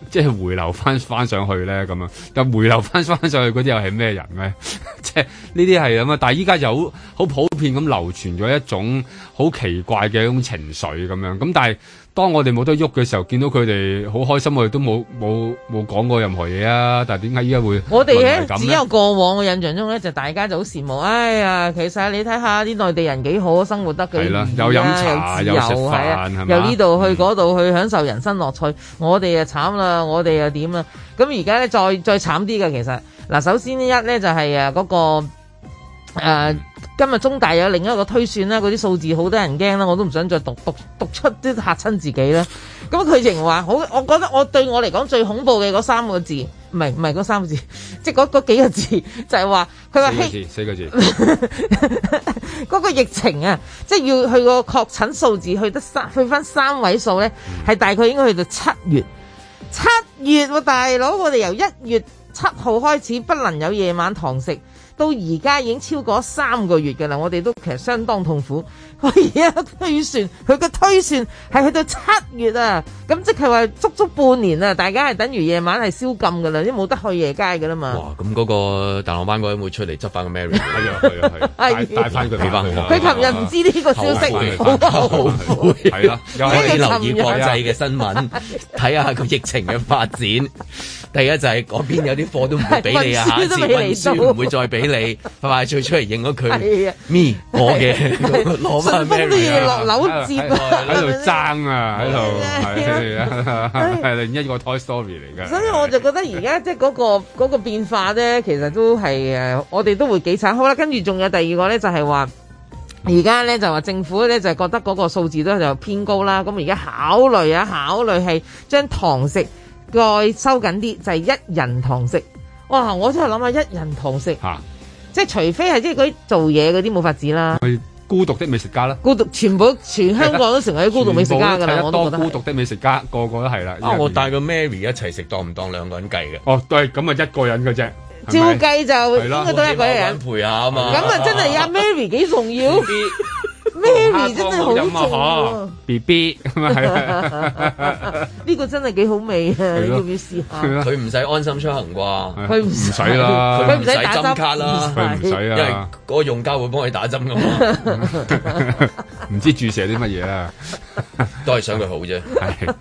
即係回流翻翻上去咧咁樣，但回流翻翻上去嗰啲又係咩人咧？ (laughs) 即係呢啲係咁啊！但係依家就好好普遍咁流傳咗一種好奇怪嘅一種情緒咁樣。咁但係當我哋冇得喐嘅時候，見到佢哋好開心，我哋都冇冇冇講過任何嘢啊！但係點解依家會
(laughs) 我哋
咧
咧只有過往嘅印象中咧，就大家就好羨慕。哎呀，其實你睇下啲內地人幾好，啊生活得幾
係啦
易
又飲茶
自由
又食飯
係啊
係嘛嗯
由呢度去嗰度去享受人生樂趣。我哋啊慘啦，我哋又點啊？咁而家咧再再慘啲嘅其實嗱，首先一咧就係誒嗰呃個。誒、今日中大有另一個推算啦，嗰啲數字好得人驚啦，我都唔想再讀讀讀出啲嚇親自己啦。咁佢仍然話好，我覺得我對我嚟講最恐怖嘅嗰三個字，唔係唔係嗰三個字，即係嗰嗰幾個字就係話佢話
四個
希
字四個字？
(laughs) 嗰個疫情啊，即係要去個確診數字去得三去翻三位數咧，
嗯
係大概應該去到七月。七月喎、大佬，我哋由一月七號開始不能有夜晚堂食，到而家已經超過三個月㗎啦。我哋都其實相當痛苦。 (laughs) 我而家推算，佢嘅推算係去到七月啊，咁即係話足足半年啊，大家係等於夜晚係宵禁㗎啦，因為冇得去夜街㗎啦嘛。
哇！咁嗰個大浪灣嗰人會出嚟執翻個 Mary，
係啊係
(laughs)
啊係啊，帶翻佢
俾返我
佢琴日唔知呢個消
後悔
息，
啊
好後
後
悔。
悔
係啦，又
我哋
係
留意國際嘅新
(laughs)
聞，睇下個疫情嘅發展。第一就係嗰邊有啲貨都唔會俾你啊，下一
(laughs) 運輸
次
都未
運
嚟到
輸唔會再俾你，快快脆出嚟認咗
係
佢
啊。
咪我
(laughs)
嘅攞翻
順風都
Mary 啊
要落樓接啊！
喺度爭
(laughs)
啊，喺度係啊
唉
係另一個 Toy Story 嚟㗎。
所以我就覺得而家即係嗰個 (laughs) 嗰、個變化咧，其實都係誒，我哋都會幾慘。好啦，跟住仲有第二個咧，就係話。而家咧就話政府咧就覺得嗰個數字都就偏高啦，咁而家考慮啊，考慮係將堂食再收緊啲，就係、一人堂食。哇！我真係諗下啊一人堂食，
嚇
即係除非係即係嗰啲做嘢嗰啲冇法子啦，
去孤獨的美食家啦。
孤獨全部全香港都成為咗孤獨美食家㗎
全
啦，
部
我
都
都
睇
覺得
得多
係
孤獨的美食家，個個都係啦。
啊！我帶個 Mary 一齊食，當唔當兩個人計嘅？
哦，對，咁啊一個人嘅啫，
照
係咪
計就
係啦
應該都一個人。
陪下啊嘛。
咁啊，真係阿 Mary 幾重要 (laughs)
哦
，Mary 真係好重要啊。
B B 咁啊係啊
呢個真係幾好味啊！
係
你
咯
要唔要試下？
係啊
佢唔使安心出行啩，
佢唔使
唔使啦，
佢
佢
唔
唔
使
使
打針
針卡啦，
佢唔使
因為嗰
啊，
個用家會幫佢打針噶嘛，
唔知注射啲乜嘢啦，
都係想佢好啫。
係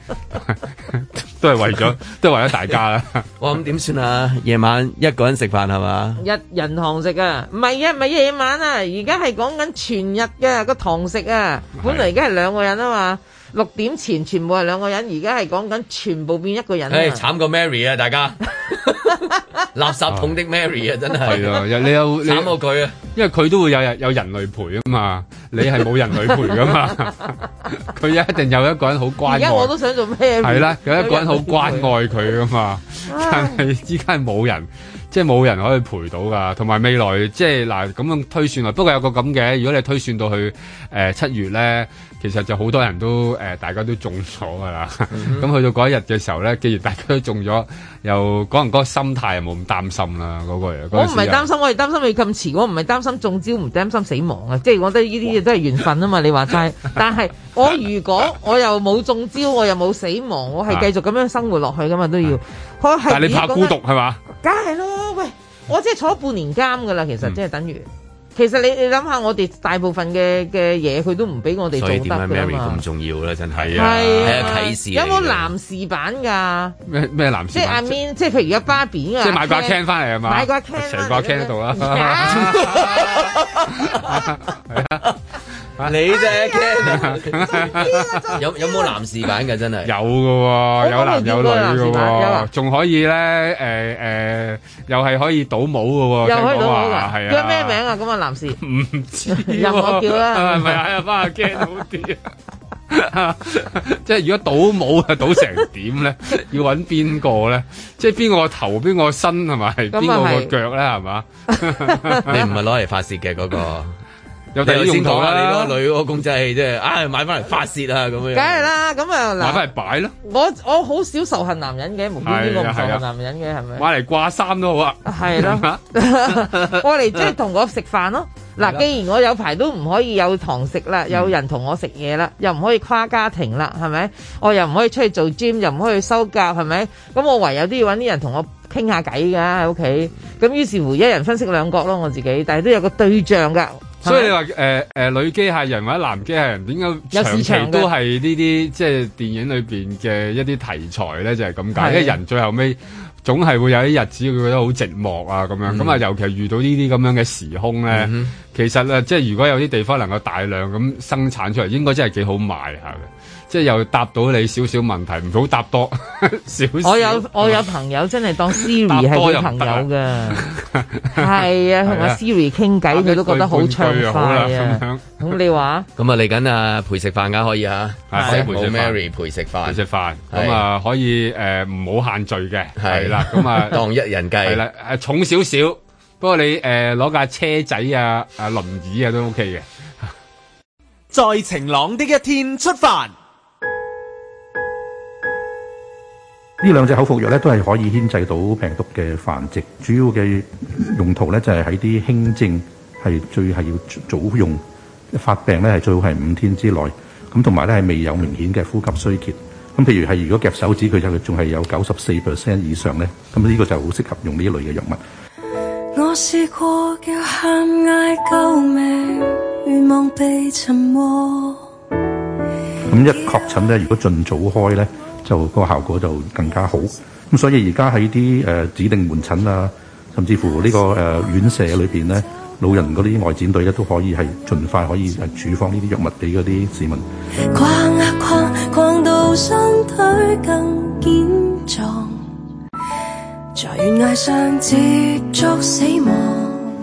(laughs) 都係為咗都係為咗大家啦。
哇！咁點算啊？夜晚一個人食飯係嘛？
一人堂食啊，唔係啊，唔係夜晚啊，而家係講緊全日嘅個堂食啊。本來而家係兩個人啊嘛，六點前全部係兩個人，而家係講緊全部變一個人
唉，
啊。
慘過 Mary 啊！
(laughs)
大家垃圾桶的 Mary 啊，真
係
係
啊，你有你
慘過佢啊！
因為佢都會有人有人類陪啊嘛，你係冇人類陪
(laughs)
噶嘛，佢一定有一個人好關
而家我都
愛，
想做咩？
係啦， (laughs) 有一個人好關愛佢噶嘛，但係依家係冇人，即係冇人可以陪到噶，同埋未來即係嗱咁樣推算啊。不過有個咁嘅，如果你推算到去誒七、月咧，其實就好多人都誒、呃大家都中咗噶啦。咁、去到嗰一日嘅時候咧，既然大家都中咗，又可能嗰個心態又冇咁擔心啦。嗰、啊個
我唔係擔
心，
心，我係擔心你咁遲，我唔係擔心中招，唔擔心死亡啊！即係我覺得呢啲嘢都係緣分啊嘛，你話齋。但係我如果我又冇中招，我又冇死亡，我係繼續咁樣生活落去噶嘛，都要。我係
但係你怕
而家
孤
講緊
獨係嘛？
梗係咯，喂，我即係坐咗半年監噶啦，其實即係等於。其實你你諗下，我哋大部分嘅嘅嘢，佢都唔俾我哋做
所以
得
點解
噶
Mary
嘛啊
咁。重要咧？真係
係啊
係啊啟示嚟
有
嘅
冇男士版㗎？
咩咩男士
即係
版？
I mean，即係譬如而家芭比啊，
即係買個
Ken
can 翻嚟係嘛？
買個
啊
(laughs) can 啦
成個 can 喺度啦。
啊
你啫
(laughs)
Ken 有有冇男士版嘅真係？
有嘅喎，有男有女
我
嘅
冇見過男士版有啊
喎，仲可以咧誒誒，又係可以倒帽嘅喎，
又可以
聽講
到
話
我
係
㗎，
啊，
叫咩
(laughs)
名啊？咁啊，男士，
唔知喎
任我叫啦
係咪啊？翻阿 Ken 好啲 (laughs) 啊！即係如果倒帽啊，倒成
(laughs)
點咧？要揾邊個咧？即係邊個個頭，邊個個身係咪？邊
咁啊
個個
係
腳咧係嘛？
你唔係攞嚟發泄嘅嗰個。
有第二
你
用
先
途
講
啦
啦，你嗰個女嗰個公仔係即係，唉買翻嚟發泄啊咁樣。
梗係，啦，咁啊
買
嗱，
翻嚟擺咯，
我我好少仇恨男人嘅，無端端我唔仇恨男人嘅，係啊咪？
買嚟掛衫都好啊。
係咯。我嚟即係同我食飯
(laughs)
咯。嗱，既然我有排都唔可以有堂食
嗯
啦，有人同我食嘢啦，又唔可以跨家庭啦，係咪？我又唔可以出去做 gym，又唔可以收甲，係咪？咁我唯有都要揾啲人同我傾下偈㗎喺屋
嗯
企。咁於是乎一人分析兩角咯，我自己，但係都有個對象㗎。係咪
所以你話誒誒女機械人或者男機械人點解
有
長
市
期
場嘅
都係呢啲即係電影裏邊嘅一啲題材咧，就係咁
係
解。因為人最後尾總係會有啲日子會覺得好寂寞啊咁
嗯
樣。咁啊、尤其遇到呢啲咁樣嘅時空咧，其實咧即係如果有啲地方能夠大量咁生產出嚟，應該真係幾好賣下嘅。即係又答到你少少問題，唔好答多少少。
我
(laughs)
有我有朋友真係當 Siri
搭
係
多
佢
又
朋
唔
友
得啊
㗎，係啊，同阿 Siri 傾偈佢都覺得好暢快
好啦咁
啊。
樣
咁你話？
咁啊嚟緊啊陪食飯㗎可以啊，
係
即係
可以陪食
冇
飯
Mary 陪食
去
飯，
食飯，
係
咁啊可以誒唔好限聚嘅，
係
係啦，咁
(laughs)
啊
當一人
係
計。
啦，誒重少少，不過你誒攞架車仔啊、啊輪椅啊都 OK 嘅。
在晴朗的一天出發。
呢兩隻口服藥咧都係可以牽制到病毒嘅繁殖，主要嘅用途咧就係喺啲輕症係最係要早用，發病咧係最好係五天之內，咁同埋咧係未有明顯嘅呼吸衰竭。咁譬如係如果夾手指佢就仲係有九十四 percent 以上咧，咁呢個就好適合用呢一類嘅藥物。
我試過叫喊嗌救命，願望被沉默。
咁一確診咧，如果盡早開咧，就個效果就更加好。咁所以而家喺啲誒指定門診啊，甚至乎呢、個誒、呃院舍裏邊咧，老人嗰啲外展隊咧都可以係盡快可以誒處方呢啲藥物俾嗰啲市民。
逛啊逛，逛到身體更健壯，在懸崖上接觸死亡。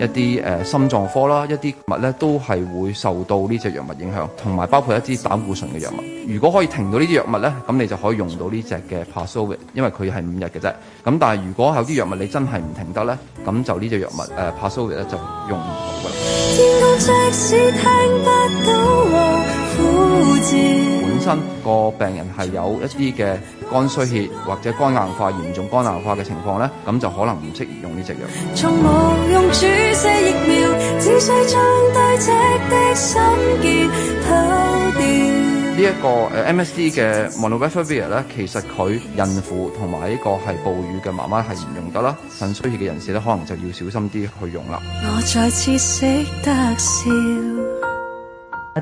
一啲誒、呃心臟科啦，一啲物咧都係會受到呢隻藥物影響，同埋包括一啲膽固醇嘅藥物。如果可以停到呢啲藥物咧，咁你就可以用到呢隻嘅 Paxlovid，因為佢係五日嘅啫。咁但係如果有啲藥物你真係唔停得咧，咁就呢隻藥物誒、呃、Paxlovid 咧就用唔到㗎啦。
天高即使聽不到我呼召。
本身個病人係有一啲嘅肝衰竭或者肝硬化嚴重肝硬化嘅情況咧，咁就可能唔適宜用呢隻藥。
從無用注射疫苗，只需將對直的心結拋掉。
呢一個呃誒 MSD 嘅 monovalvovir 咧，其實佢孕婦同埋呢個係哺乳嘅媽媽係唔用得啦，腎衰竭嘅人士咧，可能就要小心啲去用啦。
我再次識得笑，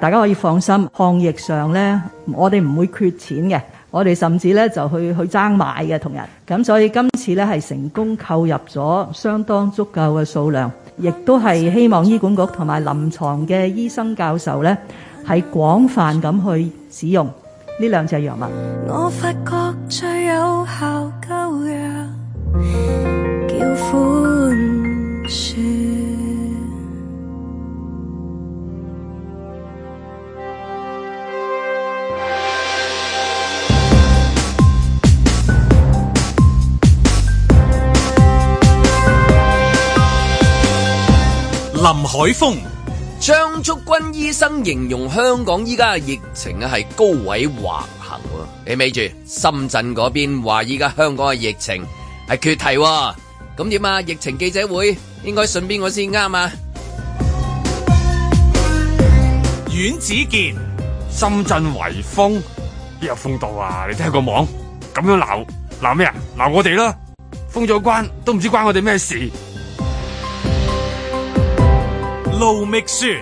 大家可以放心，抗疫上咧，我哋唔會缺錢嘅，我哋甚至咧就去去爭買嘅同人。咁所以今次咧係成功購入咗相當足夠嘅數量，亦都係希望醫管局同埋臨床嘅醫生教授咧係廣泛咁去使用呢兩隻藥物。
我發覺最有效救藥叫寬恕。
林海峰、
張竹君醫生形容香港依家嘅疫情啊係高位橫行喎，你咪住深圳嗰邊話依家香港嘅疫情係缺堤喎，咁點啊？疫情記者會應該信邊個先啱啊？
阮子健、
深圳圍封，邊有封到啊？你聽個網咁樣鬧鬧咩啊？鬧我哋啦！封咗關都唔知關我哋咩事。
盧覓雪、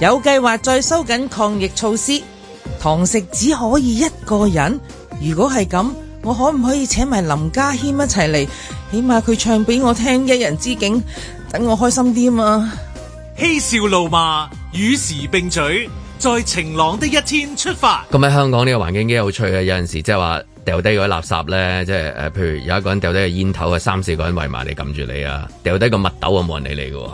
有計劃再收緊抗疫措施，堂食只可以一個人。如果係咁，我可唔可以請埋林家謙一齊嚟？起碼佢唱俾我聽《一人之境》，等我開心啲嘛。
嬉笑怒罵，與時並舉，在晴朗的一天出發。
咁喺香港呢個環境幾有趣嘅，有陣時即係話掉低嗰啲垃圾咧，即係誒，譬如有一個人掉低個煙頭啊，三四個人圍埋嚟撳住你啊，掉低個麥豆啊，冇人理你嘅喎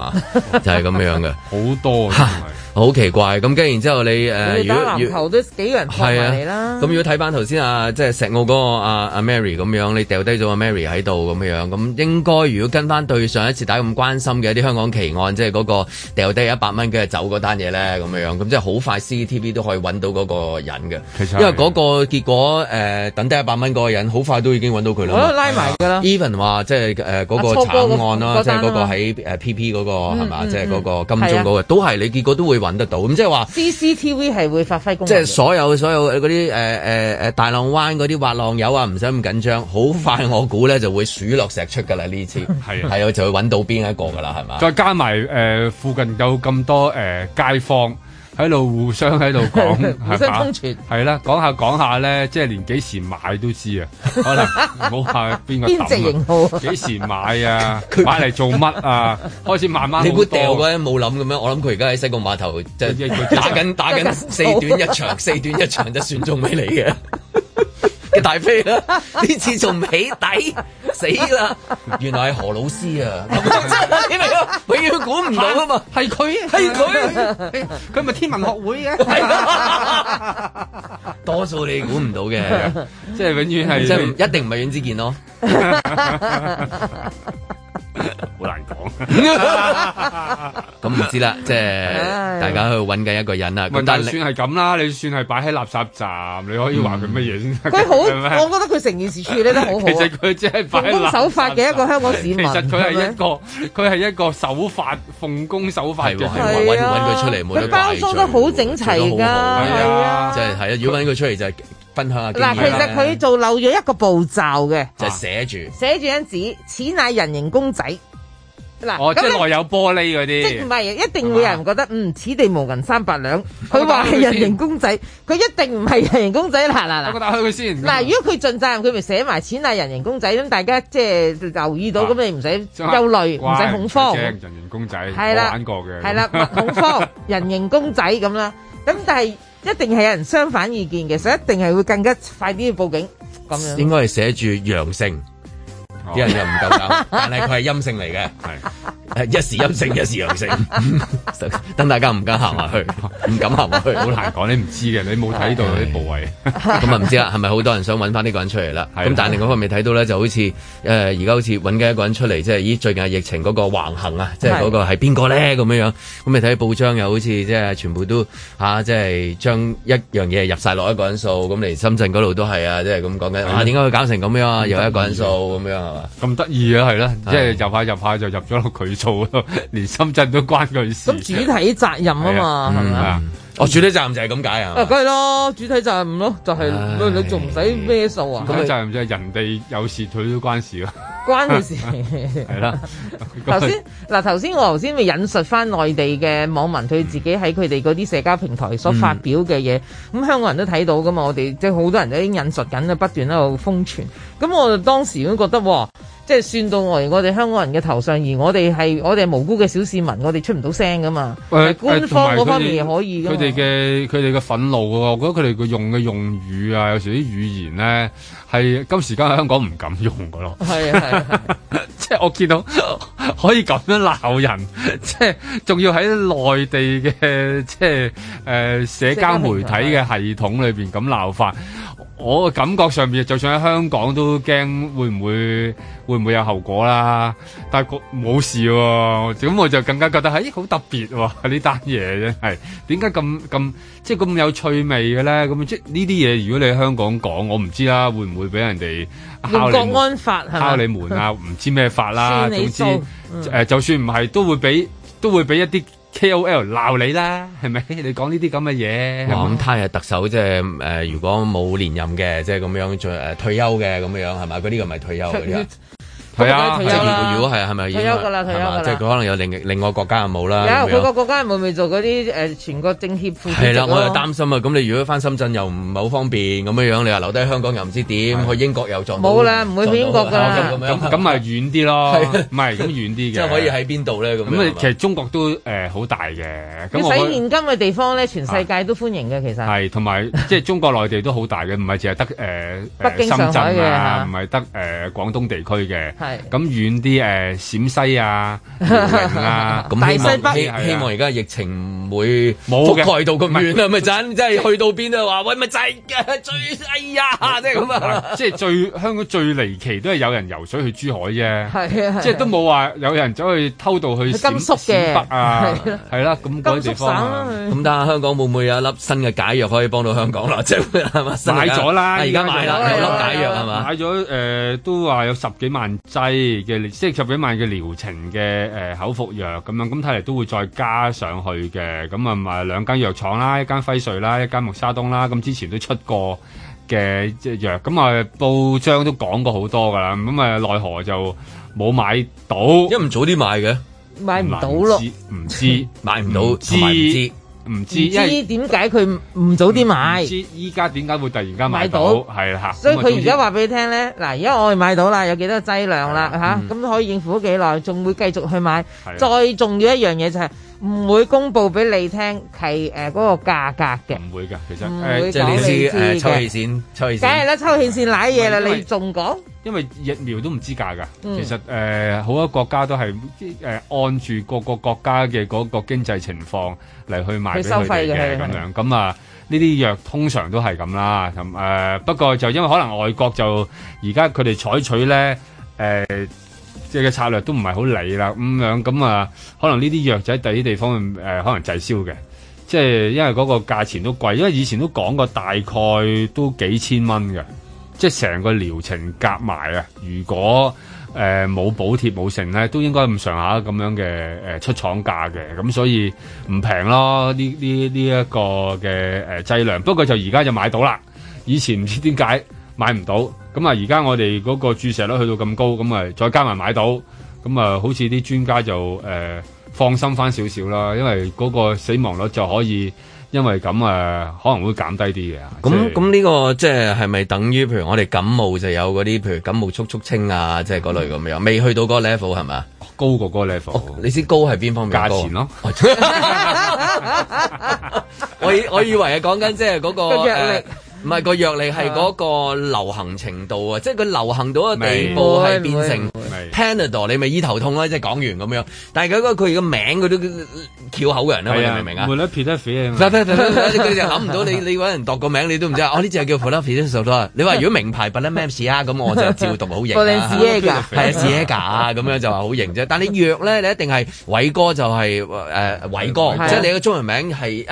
嚇就係咁樣嘅，
好多啊
好奇怪。咁跟住然之後你
(laughs) 你
誒，
打
如果
籃球都啊幾個人撲
係
埋嚟
啊
啦，，
咁如果睇翻頭先啊，即係石澳嗰個啊啊 Mary 咁樣，你掉低咗個 Mary 喺度咁樣，咁應該如果跟翻對上一次大家咁關心嘅一啲香港奇案，即係嗰個掉低一百蚊嘅走嗰單嘢咧，咁樣咁即係好快 CCTV 都可以揾到嗰個人嘅，
其實係
因為嗰個結果誒、呃等低一百蚊嗰個人，好快都已經揾到佢啦嘛
我。都拉埋㗎啦。
even 話即係誒嗰個
啊初哥嗰
慘案啦，
嗰
即係
單啊
嗰個
嘛
喺誒 PP 嗰個係嘛，
嗯嗯
即係嗰個
嗯
金鐘嗰個，都係你結果都會揾得到，咁即係話。
CCTV 係會發揮功能嘅，
即係所有所有嗰啲誒誒誒大浪灣嗰啲滑浪友啊，唔使咁緊張，好快我估咧就會數落石出㗎啦呢次，
係啊
係啊，就會揾到邊一個㗎啦，係嘛？
再加埋誒、呃附近有咁多誒、呃街坊喺度互相喺度講，
互
係
相
嘛
通傳
係啦，講下講下咧，即係連幾時買都知啊，可能唔好下邊個
邊隻型號啊
抌啊，幾時買啊，買嚟做乜啊，開始慢慢
你估
好多
掉嗰陣冇諗咁樣，我諗佢而家喺西貢碼頭即係打緊打緊四短一場，四短一場就算中俾你嘅。嘅大飛啦，呢次仲唔起底，死啦！原來係何老師啊，咁真係你明啊永遠估唔到啊嘛，
係佢
係佢。
佢咪天文啊學會嘅，
多數你估唔到嘅，
即係永遠係
即係唔一定唔係阮之健咯。
好難講。
咁唔知啦，即係
唉
大家去揾緊一個人啦。
喂
咁但
但
係
算係咁啦，你算係擺喺垃圾站，你可以話佢乜嘢先得㗎。
佢好，
(laughs) 係咪
我覺得佢成件事處理得好好
其
(laughs)
實
啊。
佢只係擺
奉
喺
公
垃圾
守法嘅一個香港市民
其實佢係
係咪
一個佢係一個守法奉公守法嘅
係喎係
人
喎揾揾佢出嚟冇得
佢包裝得好整齊㗎，係啊。
即係係啊，如果揾佢出嚟就係分享下經
嗱，
驗啊
其實佢做漏咗一個步驟嘅，
就係寫住。
寫住張紙，此乃人形公仔。嗱，
哦，即
咁
係內有玻璃嗰
即係
啲
唔。係一定會有人覺得嗯，此地無銀三
(laughs)
百兩。佢話係人形公仔，佢一定唔係人 (laughs) 形公仔。嗱嗱
我
嗱
覺得。開佢先。
嗱，如果佢盡責任，佢咪寫埋錢啊人形公仔，咁大家即係留意到，咁你唔使憂慮，唔使恐慌
乖，唔使驚人形公仔，
係
我
啦，
玩過嘅。 (laughs)
係啦，勿恐慌，人形公仔咁啦。咁但係一定係有人相反意見嘅，所以一定係會更加快啲去報警咁樣。
應該係寫住陽性，啲人又唔
(laughs)
夠膽，但係佢係陰性嚟嘅，係一時陰性一時陽性， (laughs) 等大家唔敢行埋去，唔敢行埋去，
好難講，你唔知嘅，你冇睇到啲部位。
咁啊唔知啦，係咪好多人想揾翻呢個人出嚟啦？
係啊
咁但係另外一方面睇到咧，就好似誒呃而家好似揾緊一個人出嚟，即係咦最近嘅疫情嗰個橫行啊，即係嗰個係邊個咧咁樣樣？咁你睇報章又好似即係全部都嚇，即係將一樣嘢入晒落一個人數，咁嚟深圳嗰度都係啊，即係咁講緊啊，點解佢搞成咁樣啊？又一個人數咁樣係嘛？
(laughs) 咁得意啊，係啦，即係入下入下就入咗落佢數咯， (laughs) 連深圳都關佢事。
咁主體責任啊嘛，係咪啊？
係嗯啊？
我哦主體責任就係咁解啊
啊，。梗係咯，主體責任咯，就係
唉
你仲唔使咩數啊？
咁就唔知人哋有事，佢都關事咯。
關佢事。
(laughs) 係啦，
頭先嗱，頭先我頭先咪引述翻內地嘅網民佢自己喺佢哋嗰啲社交平台所
嗯
發表嘅嘢，咁、香港人都睇到噶嘛，我哋即係好多人都已經引述緊啦，不斷喺度瘋傳。咁我就當時都覺得，哇！即係算到我哋我哋香港人嘅頭上，而我哋係我哋係無辜嘅小市民，我哋出唔到聲噶嘛。
誒
官
誒同埋
方
佢
嗰
哋
方面可以㗎嘛
佢哋嘅佢哋嘅憤怒啊，我覺得佢哋嘅用嘅用語啊，有時啲語言咧係今時今日香港唔敢用㗎咯。
係啊係啊係啊
(laughs) 即係我見到可以咁樣鬧人， (laughs) 即係仲要喺內地嘅即係誒、呃社交媒體嘅 (laughs) 系統裏邊咁鬧法。我感覺上面就算喺香港都驚會唔會會唔會有後果啦，但係個冇事喎、咁我就更加覺得係好特別喎、呢單嘢真係點解咁咁即係咁有趣味嘅咧？咁即係呢啲嘢如果你喺香港講，我唔知啦，會唔會俾人哋敲
用
你
國
門
安法係
敲
咪
你門啊，唔知咩法啦，
算你
總之
數
誒、
嗯
呃就算唔係，都會俾都會俾一啲 KOL 鬧你啦，係咪？ (laughs) 你講呢啲咁嘅嘢，
哇！
係
咁
咪
他日特首即係呃誒，呃如果冇連任嘅，即係咁樣再誒退休嘅咁樣係咪？嗰啲個咪退休嗰啲啊？係
咁梗係退休啦
即係如果係係咪已經
退休㗎啦
係嘛
退休㗎啦
即係佢可能有另另外國家有冇
啊
啦。
有
咁樣
佢個國家咪咪做嗰啲誒全國政協副主席
係啦，
咯
我又擔心啊！咁你如果翻深圳又唔係好方便咁樣樣，你話留低香港又唔知點，去英國又撞到
冇啦唔會去英國㗎啦
撞到咁樣
咁咁咪遠啲咯，
係
唔係咁遠啲嘅。
即係可以喺邊度咧？咁
咁
樣係
啊
嘛，
其實中國都誒好大嘅。咁
你
我
使
覺得
現金嘅地方咧，全世界都歡迎嘅其實。
係，同埋 (laughs) 即係中國內地都好大嘅，唔係淨係得誒
北
誒
京上
深
海嘅
圳
嚇
啊，唔係得誒廣東地區嘅。
係
咁遠啲誒陝
(laughs)
西啊、遼寧啊，
咁希望
係啊
希希望而家疫情唔會
冇
覆
嘅
蓋到咁遠啊！
唔係
咪真真係去到邊都話喂咪就係嘅最哎呀，即係咁啊！
即係最香港最離奇都係有人游水去珠海啫，
係啊
即係都冇話有人走去偷渡去
去甘
陝
肅
陝
嘅
北啊
係啦，
係啦，咁嗰啲地方啊
咁但係香港會唔會有一粒新嘅解藥可以幫到香港啦？即係係嘛？新嘅
買咗啦，
啊而家買啦，有粒解藥係嘛？
買咗誒都話有十幾萬劑嘅，即係十幾萬嘅療程嘅誒口服藥咁樣，咁睇嚟都會再加上去嘅。咁啊，咪兩間藥廠啦，一間輝瑞啦，一間默沙東啦，咁之前都出過。嘅即係藥，咁啊報章都講過好多㗎啦，咁啊奈何就冇買到，因
唔早啲買嘅，
買唔到咯
唔知
買唔
到，
同埋唔知
唔
唔
知，
知
因為
點解佢唔早啲買
唔？知依家點解會突然間
買
買
到
到，係啦嚇，
所以
咁啊總
佢而
之
家話俾你聽咧，嗱，而家我哋買到啦，有幾多劑量啦吓，咁、可以應付幾耐，仲會繼續去買
啊嗯係啊。
再重要一樣嘢就係、唔會公佈俾你聽係誒嗰個價格嘅，
唔會㗎，其實呃
唔
誒
會
即係你
講你
知誒
知
抽
嘅
氣扇，抽氣
梗係
扇。
啦，抽氣線舐嘢啦，
唔係因為
你仲講？
因為疫苗都唔知價㗎，
嗯
其實誒、呃好多國家都係誒、呃按住各個國家嘅嗰個經濟情況嚟去賣俾
去收
佢
費嘅
哋嘅
係
咁樣，咁啊呢啲藥通常都係咁啦，咁誒、呃不過就因為可能外國就而家佢哋採取咧誒即係嘅策略都唔係好理啦，咁樣咁啊，可能呢啲藥就喺第啲地方誒、呃可能滯銷嘅。即係因為嗰個價錢都貴，因為以前都講過大概都幾千蚊嘅，即係成個療程夾埋啊！如果誒冇、補貼冇剩咧，都應該咁上下咁樣嘅誒、呃出廠價嘅，咁所以唔平咯。呢呢呢一個嘅誒、呃、劑量，不過就而家就買到啦。以前唔知點解買唔到，咁啊而家我哋嗰個注射率去到咁高，咁啊再加埋買到，咁啊好似啲專家就誒、呃放心翻少少啦，因為嗰個死亡率就可以因為咁啊、呃可能會減低啲嘅。
咁咁呢個即係係咪等於譬如我哋感冒就有嗰啲譬如感冒速速清啊，即係嗰類咁樣，未去到嗰個 level 係咪？
高過嗰個 level，
你先高係邊方面？
價錢咯。
我以我以為係講緊即係嗰個
(laughs) 個藥力
呃唔係個藥力係嗰個流行程度啊，即係佢流行到嘅地步係變成
會
Panadol，你咪醫頭痛啦，即係講完咁樣。但係佢嗰個佢個名佢都翹口嘅人啦，你明唔明啊？
冇得撇得 (laughs) 肥啊！
佢就諗唔到你，你揾人度個名你都唔知啊！我呢只係叫 p o l a f i s 啦。你話如果名牌 b l a m a s 啊，咁我就照讀好型啦。
Balenciaga
(laughs) 係啊 s i e g a 咁樣就話好型啫。但你藥咧，你一定係偉哥就係誒呃偉哥，
偉
即係你個中文名係一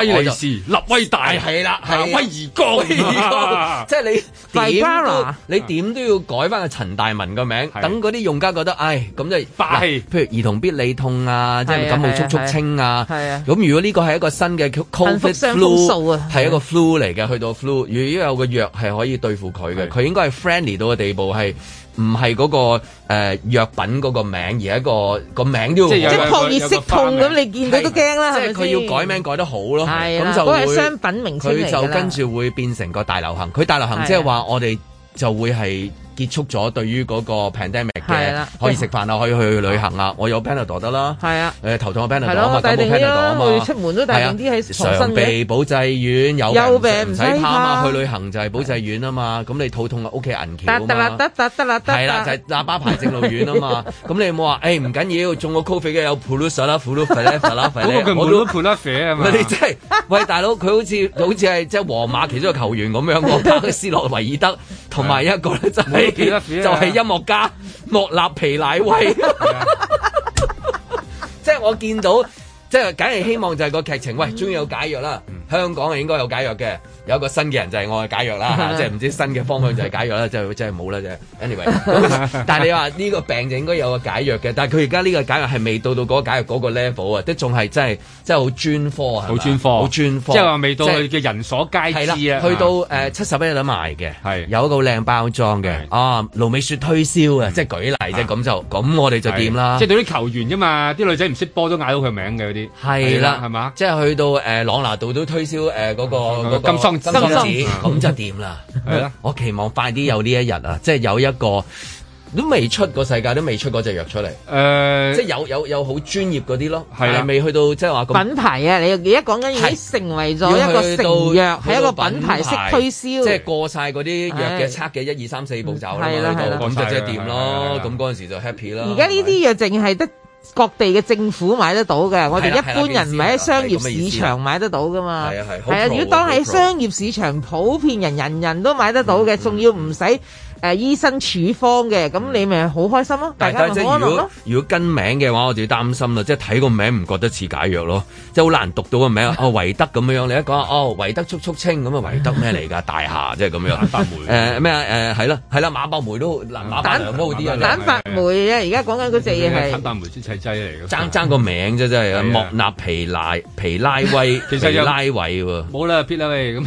犀
咧，我就
利是立威大，
係啦，係
啊威而剛，
威
(laughs)
而剛即係你點都
Vibrara
你點都要改翻個陳大文個名，等嗰啲用家覺得，唉，咁就
霸氣
嗱譬如兒童必理痛啊，即
係
係
啊
感冒速速清啊，
係啊
咁如果呢個係一個新嘅 COVID
相封數
flu，
啊
係一個 flu 嚟嘅，去到 flu，如果有個藥係可以對付佢嘅，佢應該係 friendly 到嘅地步係。唔係嗰個誒藥品嗰個名，而係一個個名都要
即係有
即
有
係撲熱息痛咁，你見到都驚啦，
即係佢要改名改得好咯，
係啦
咁就
嗰個
會
係商品名稱嚟
佢
㗎
就
啦
跟住會變成個大流行。佢大流
係
行
啊
即係話我哋就會係結束咗對於嗰個 pandemic
係
嘅
啦，
可以食飯啊，可以去旅行啊，我有 Panadol 得啦，
係啊，
誒頭痛有 Panadol
係
啊
咯
嘛，
我帶
感
定
冒
啲
Panadol
啦
啊嘛，
我哋出門都帶定啲喺
係啊
藏
常
身
備
嘅
保濟丸，有
有
病
病
唔
唔
使
使
怕啊，
怕
去旅行就係保濟丸啊嘛，咁你肚痛啊，屋企銀橋啊
得得啦，
嘛。
得得得啦，得
係啦，就係
得
喇叭牌正路院啊
(laughs)
嘛。咁你有冇話？哎誒唔緊要，中個 Covid 嘅有 p o l u s 啦 p o l u s 啦 p o l u
(laughs)
s
嗰個佢
我
冇
都
得撇得肥啊
唔
嘛
係！你真係，喂大佬，佢好似好似係即係皇馬其中一個球員咁樣喎，加個斯洛維爾德，同埋一個咧就
哎
冇得
係
撇得撇啊
就係音樂家莫納皮乃威，
啊
(laughs) 即係我
嗯
見到。即係梗係希望就係個劇情，喂，終於有解藥啦！香港係應該有解藥嘅，有一個新嘅人就係我嘅解藥啦，
嗯
嚇即係唔知新嘅方向就係解藥啦，就真係冇啦啫。anyway，但
(laughs)
係啊你話呢個病就應該有個解藥嘅，但係佢而家呢個解藥係未到到嗰個解藥嗰個 level 啊，即係仲係真係真係好專科啊，係嘛
好專科
好專科，
即係話未到
即
佢
係
嘅人所皆
係啦，
知啊，
去到誒七十一有得賣嘅，係有一個靚包裝嘅，啊盧美雪推銷啊，即係舉例啫，咁就咁我哋就掂啦
嗯即係。對啲球員啫嘛，啲女仔唔識波都嗌到佢名嘅嗰啲，
係啦，
係嘛？
嘛？即係去到誒朗拿度都推銷誒嗰個嗰個
金桑
金
金桑
桑子，咁就掂啦。
係啦，
我期望快啲有呢一日啊！即係有一個都未出個世界，都未出嗰隻藥出嚟。
誒，
即係有有有好專業嗰啲咯，
係啦
但係未去到即係話咁
品牌啊，你而家講緊已經成為咗一個成藥，係一個品牌式推銷，
即係過晒嗰啲藥嘅測嘅一二三四步驟啊啦，
嗯係啦係啦
咁就即係掂咯。咁嗰陣時就 happy 啦。
而家呢啲藥淨係得各地嘅政府買得到嘅，我哋一般人唔係喺商業市場買得到噶嘛。
係啊係好
係啊，
pro
如果當喺
好嗯 pro
商業市場，普遍人人人都買得到嘅，仲要唔使誒醫生處方嘅，咁你咪好開心咯，大
但
家
係
咪
即
好
係
安
如
樂咯
果。如果跟名嘅話，我就要擔心啦。即係睇個名唔覺得似解藥咯，即係好難讀到個名。哦，維德咁樣樣，你一講哦，維德速速清咁啊，維德咩嚟㗎？大廈即係
(laughs)
咁樣。蛋白 (laughs) 梅誒咩啊？誒係啦係啦，馬百梅都嗱馬百良都好啲
(laughs)
啊。
蛋白酶啫，而家講緊嗰隻嘢係
啊
蛋。白酶即係劑嚟嘅，
爭爭個名啫，真係莫納皮拉皮拉威，
啊 (laughs) 其實
皮
有
拉
(laughs)
維喎。
冇啦，撇啦喂咁。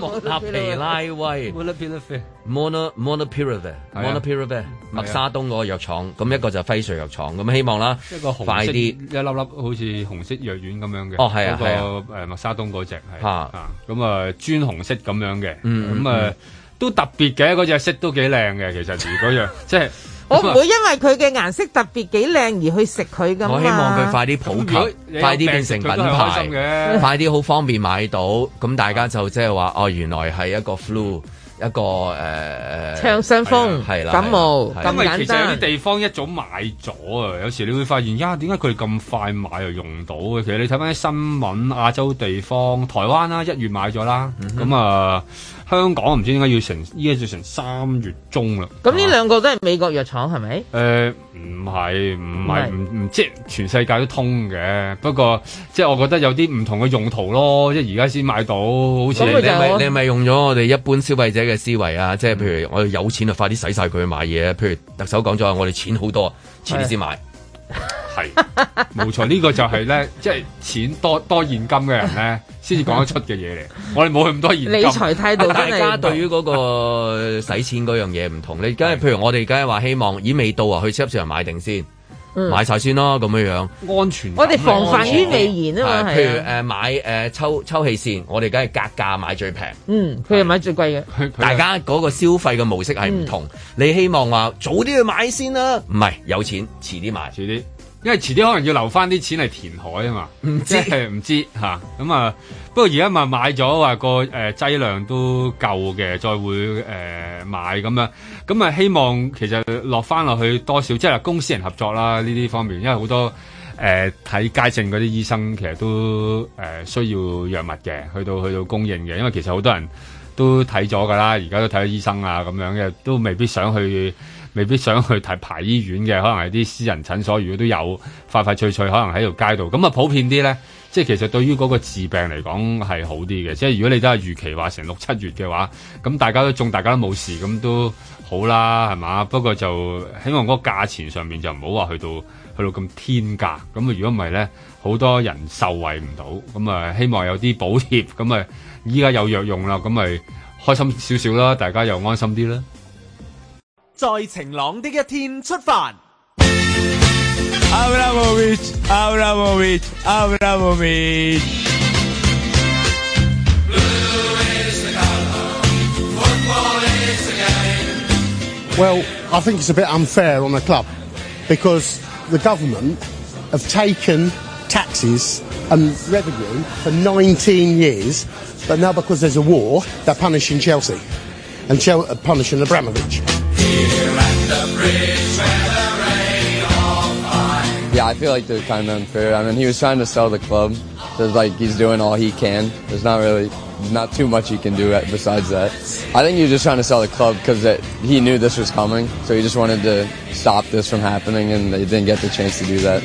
莫納皮拉威
冇啦，撇啦喂。
Mono Monopiravir
啊
Monopiravir 麥沙東嗰個藥廠，咁一個就係輝瑞藥廠，咁希望啦
一個紅，色
快
一
啲。
粒粒好似紅色藥丸咁樣嘅。
哦係啊
嗰個
係啊
誒麥沙東嗰只係
嚇
啊咁啊磚紅色咁樣嘅，
嗯
咁啊
嗯
都特別嘅嗰只色都幾靚嘅，其實如
(laughs)
果樣即係啊
我唔會因為佢嘅顏色特別幾靚而去食佢噶嘛。
我希望佢快啲普
咁如果
及，
你有
快啲變成品
病毒佢都係開
牌
心嘅，
快啲好方便買到。咁大家就即係話，哦，原來係一個 flu，一個誒誒
唱傷風
係啦
感冒
係啦啊
咁
因為
簡
其實有啲
單。
地方一早買咗啊，有時你會發現呀，點解佢哋咁快買又用到嘅？其實你睇翻啲新聞，亞洲地方，台灣啦，一月買咗啦，
嗯
咁、啊、香港唔知點解要成依家就成三月中啦。
咁呢兩個都係美國藥廠係咪？
誒呃唔係唔係
唔係
唔唔即係全世界都通嘅，不過即係我覺得有啲唔同嘅用途咯，即係而家先買到，好似
咁咪
你
就係
咪
我
你咪用咗我哋一般消費者嘅思維啊，即係譬如我哋有錢就快啲使晒佢去買嘢，譬如特首講咗話我哋錢好多，遲啲先買。
係冇錯，呢、個就
(laughs)
係咧，即係錢多多現金嘅人咧，先至講得出嘅嘢嚟。我哋冇佢咁多現金，
理財態度真
(laughs) 大
係
家對於嗰個使錢嗰樣嘢唔同，你梗係譬如我哋梗係話希望，咦未到啊，去超級市場買定先，
嗯
買晒先咯咁樣樣。
安全
我
感啊嚟
哋
嘅。
防範於未然啊
係
嘛，
譬如
係啊。
誒買誒抽抽氣扇，我哋梗係格價買最平。
嗯，佢哋買最貴嘅。
佢佢
大家嗰個消費嘅模式係唔同，你希望話早啲去買先啦，唔係有錢遲啲買。
遲啲，因為遲啲可能要留翻啲錢嚟填海啊嘛。
唔
即
知
係唔知嚇，咁啊，不過而家咪買咗話個誒劑量都夠嘅，再會誒、呃、買咁樣，咁啊希望其實落翻落去多少，即係公私人合作啦呢啲方面，因為好多誒睇、街症嗰啲醫生其實都誒、呃需要藥物嘅，去到去到供應嘅，因為其實好多人都睇咗㗎啦，而家都睇咗醫生啊咁樣嘅，都未必想去。未必想去睇排醫院嘅，可能係啲私人診所，如果都有快快脆脆，可能喺條街度咁啊，普遍啲咧，即係其實對於嗰個治病嚟講係好啲嘅。即係如果你都係預期話成六七月嘅話，咁大家都中，大家都冇事，咁都好啦，係嘛？不過就希望嗰個價錢上面就唔好話去到去到咁天價，咁啊，如果唔係咧，好多人受惠唔到，咁啊，希望有啲補貼，咁啊，依家有藥用啦，咁咪開心少少啦，大家又安心啲啦。
在晴朗的一天出發。
Abramovich, Abramovich, Abramovich.
Well, I think it's a bit unfair on the club because the government have taken taxes and revenue for 19 years, but now because there's a war, they're punishing Chelsea and Chel- uh, punishing Abramovich.
Yeah, I feel like they're kind of unfair. I mean, he was trying to sell the club, so it's like he's doing all he can. There's not really, not too much he can do at- besides that. I think he was just trying to sell the club because he knew this was coming, so he just wanted to stop this from happening, and they didn't get the chance to do that.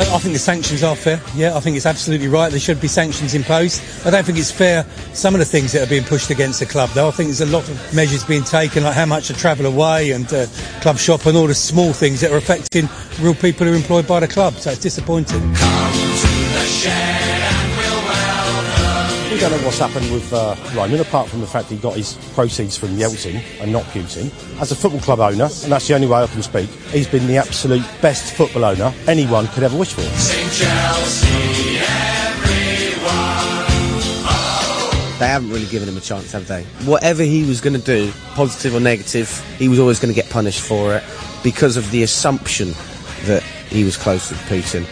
I think the sanctions are fair. Yeah, I think it's absolutely right. There should be sanctions imposed. I don't think it's fair some of the things that are being pushed against the club, though. I think there's a lot of measures being taken, like how much to travel away and uh, club shop and all the small things that are affecting real people who are employed by the club. So it's disappointing.
We don't know what's happened with uh, Ryman, apart from the fact that he got his proceeds from Yeltsin and not Putin. As a football club owner, and that's the only way I can speak, he's been the absolute best football owner anyone could ever wish for.
They haven't really given him a chance, have they? Whatever he was going to do, positive or negative, he was always going to get punished for it because of the assumption that he was close with Putin.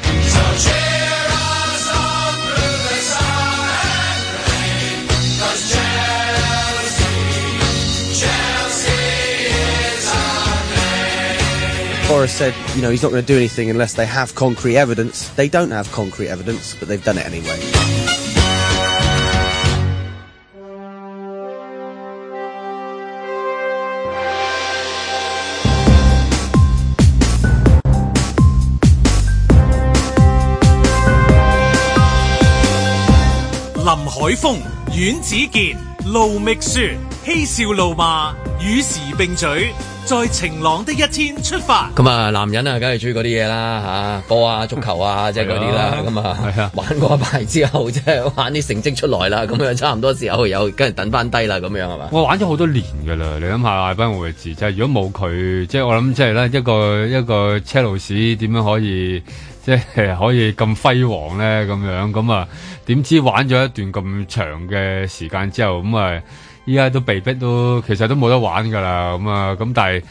Boris said, you know, he's not going to do anything unless they have concrete evidence. They don't have concrete evidence, but they've done it anyway.
林海峰、阮子健、盧覓雪，嬉笑怒罵，與時並舉，在晴朗的一天出發。
咁啊，男人啊，梗係中意嗰啲嘢啦嚇，波啊、足球 (laughs) 啊，即係嗰啲啦。咁啊，玩嗰一排之後，即係玩啲成績出來啦，咁樣差唔多時候有跟住等翻低啦，咁樣係嘛？
我玩咗好多年噶啦，你諗下艾賓會治，就係如果冇佢，即係我諗即係咧一個一個車路士點樣可以即係可以咁輝煌咧咁樣咁啊？點知玩咗一段咁長嘅時間之後，咁啊依家都被逼都其實都冇得玩噶啦，咁啊咁但係。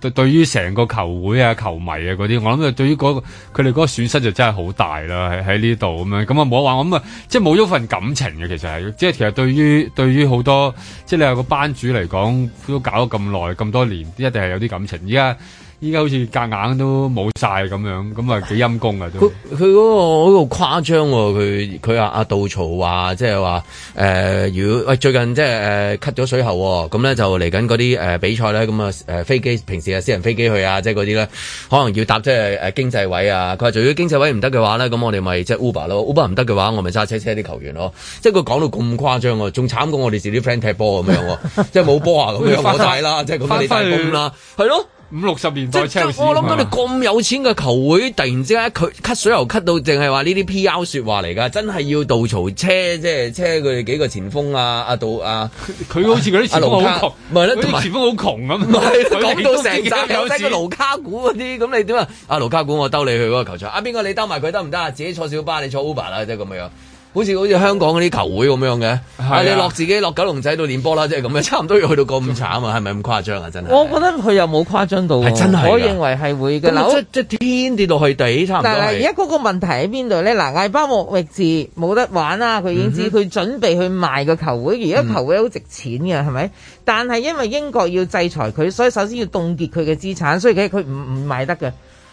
對對於成個球會啊、球迷啊嗰啲，我諗對於嗰、個佢哋嗰個損失就真係好大啦，喺喺呢度咁樣，咁啊冇得話，我諗啊即係冇咗份感情嘅，其實係，即係其實對於對於好多即係你話個班主嚟講，都搞咗咁耐咁多年，一定係有啲感情。依家依家好似夾硬都冇晒咁樣，咁啊幾陰功啊都。
佢嗰、個嗰、個誇張喎、佢佢話阿杜曹話即係話誒，如果喂最近即係誒呃 cut 咗水喉喎咁咧就嚟緊嗰啲誒比賽咧，咁啊誒飛機平時啊私人飛機去啊，即係嗰啲咧，可能要搭即係誒經濟位啊。佢話如果經濟位唔得嘅話咧，咁我哋咪即係 Uber 咯，Uber 唔得嘅話，我咪揸車車啲球員咯。即係佢講到咁誇張喎，仲慘過我哋自己啲 friend 踢波咁樣 (laughs) 喎，即係冇波啊咁樣我帶啦，即係咁你帶工啦，係咯。
五六十年代
即
車路士
我諗緊你
嘛
咁有錢嘅球會，突然之間佢咳水喉咳到，淨係話呢啲 P.R. 説話嚟㗎，真係要杜槽車，即係車佢哋幾個前鋒啊，阿杜啊，
佢好似嗰啲前鋒好窮
唔係咧，
嗰啲
同埋
前鋒好窮咁
唔 (laughs) 係
佢哋都
講到
自
成
己
扎
有
有得個
錢
盧卡古嗰啲，咁你點啊？阿盧卡古，我兜你去嗰個球場，啊邊個你兜埋佢得唔得啊？自己坐小巴，你坐 Uber 啦，即係咁樣。好似好似香港嗰啲球會咁樣嘅，啊你落自己落九龍仔度練波啦，即係咁樣，差唔多要去到咁慘啊，係咪咁誇張啊？真係。
我覺得佢又冇誇張到喎，
係真係㗎
我認為係會嘅。嗱，我
咁啊即即天跌落去地，差唔多
嗱，而
係
家。嗰個問題喺邊度咧？嗱，艾巴莫域治冇得玩啦，佢已經知佢準備去賣個球會，而家球會好值錢嘅，係咪？但係因為英國要制裁佢，所以首先要凍結佢嘅資產，所以佢佢唔唔賣得嘅。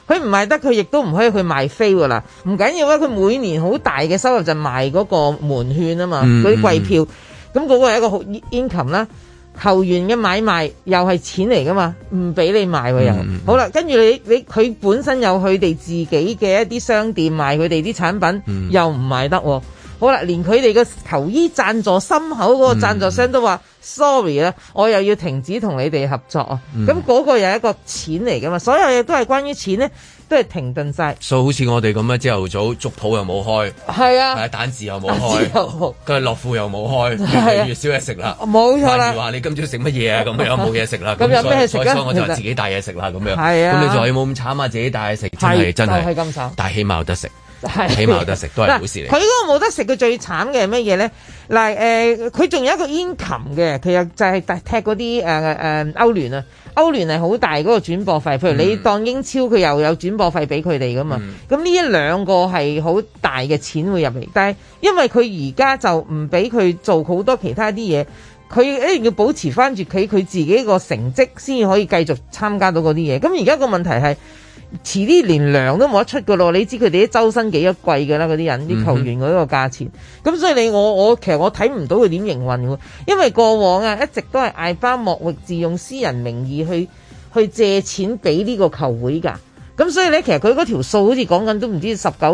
佢唔賣得，佢亦都唔可以去賣飛喎啦。唔緊要啊，佢每年好大嘅收入就賣嗰個門券啊嘛，
嗯
嗰啲季票。咁嗰個係一個好 income 啦。球員嘅買賣又係錢嚟噶嘛，唔俾你賣喎又。
嗯
好啦，跟住你你佢本身有佢哋自己嘅一啲商店賣佢哋啲產品，
嗯
又唔賣得喎。好啦，連佢哋嘅球衣贊助心口嗰個贊助商都話、sorry 啦，我又要停止同你哋合作啊。
嗯
咁嗰、個又係一個錢嚟噶嘛，所有嘢都係關於錢呢，都係停頓晒。
所以好似我哋咁樣，朝頭早粥鋪又冇開，
係啊 (laughs)
係蛋治又冇
蛋治又
開
冇，
跟住樂富又冇
(laughs)
開，
係啊
越嚟越少嘢食啦。
冇錯啦
反而話你今朝食乜嘢啊？咁樣冇嘢食啦。
咁有
所以
咩食啊
所以所以我
其
就
實
話自己帶嘢食啦。咁樣
係啊
咁你就話有冇咁慘啊？自己帶嘢食啊真係
係
真
就係咁慘
係，但係起碼有得食，
係
起碼有得食都係好事
嗱佢
嚟。
嗰個冇得食，佢最慘嘅係乜嘢咧？嗱，誒、佢仲有一個 income 嘅，佢又就係踢嗰啲誒誒歐聯啊。歐聯係好大嗰個轉播費，譬如你
嗯
當英超，佢又有轉播費俾佢哋噶嘛。
嗯
咁呢一兩個係好大嘅錢會入嚟，但係因為佢而家就唔俾佢做好多其他啲嘢，佢一定要保持翻住佢佢自己個成績先可以繼續參加到嗰啲嘢。咁而家個問題係。遲啲連糧都冇得出噶咯，你知佢哋啲周薪幾一貴噶啦，嗰啲人
嗯
啲球員嗰個價錢，咁、所以你我我其實我睇唔到佢點營運喎，因為過往啊一直都係艾巴莫域自用私人名義去去借錢俾呢個球會㗎，咁所以咧，其實佢嗰條數好似講緊都唔知十九廿億咁樣，係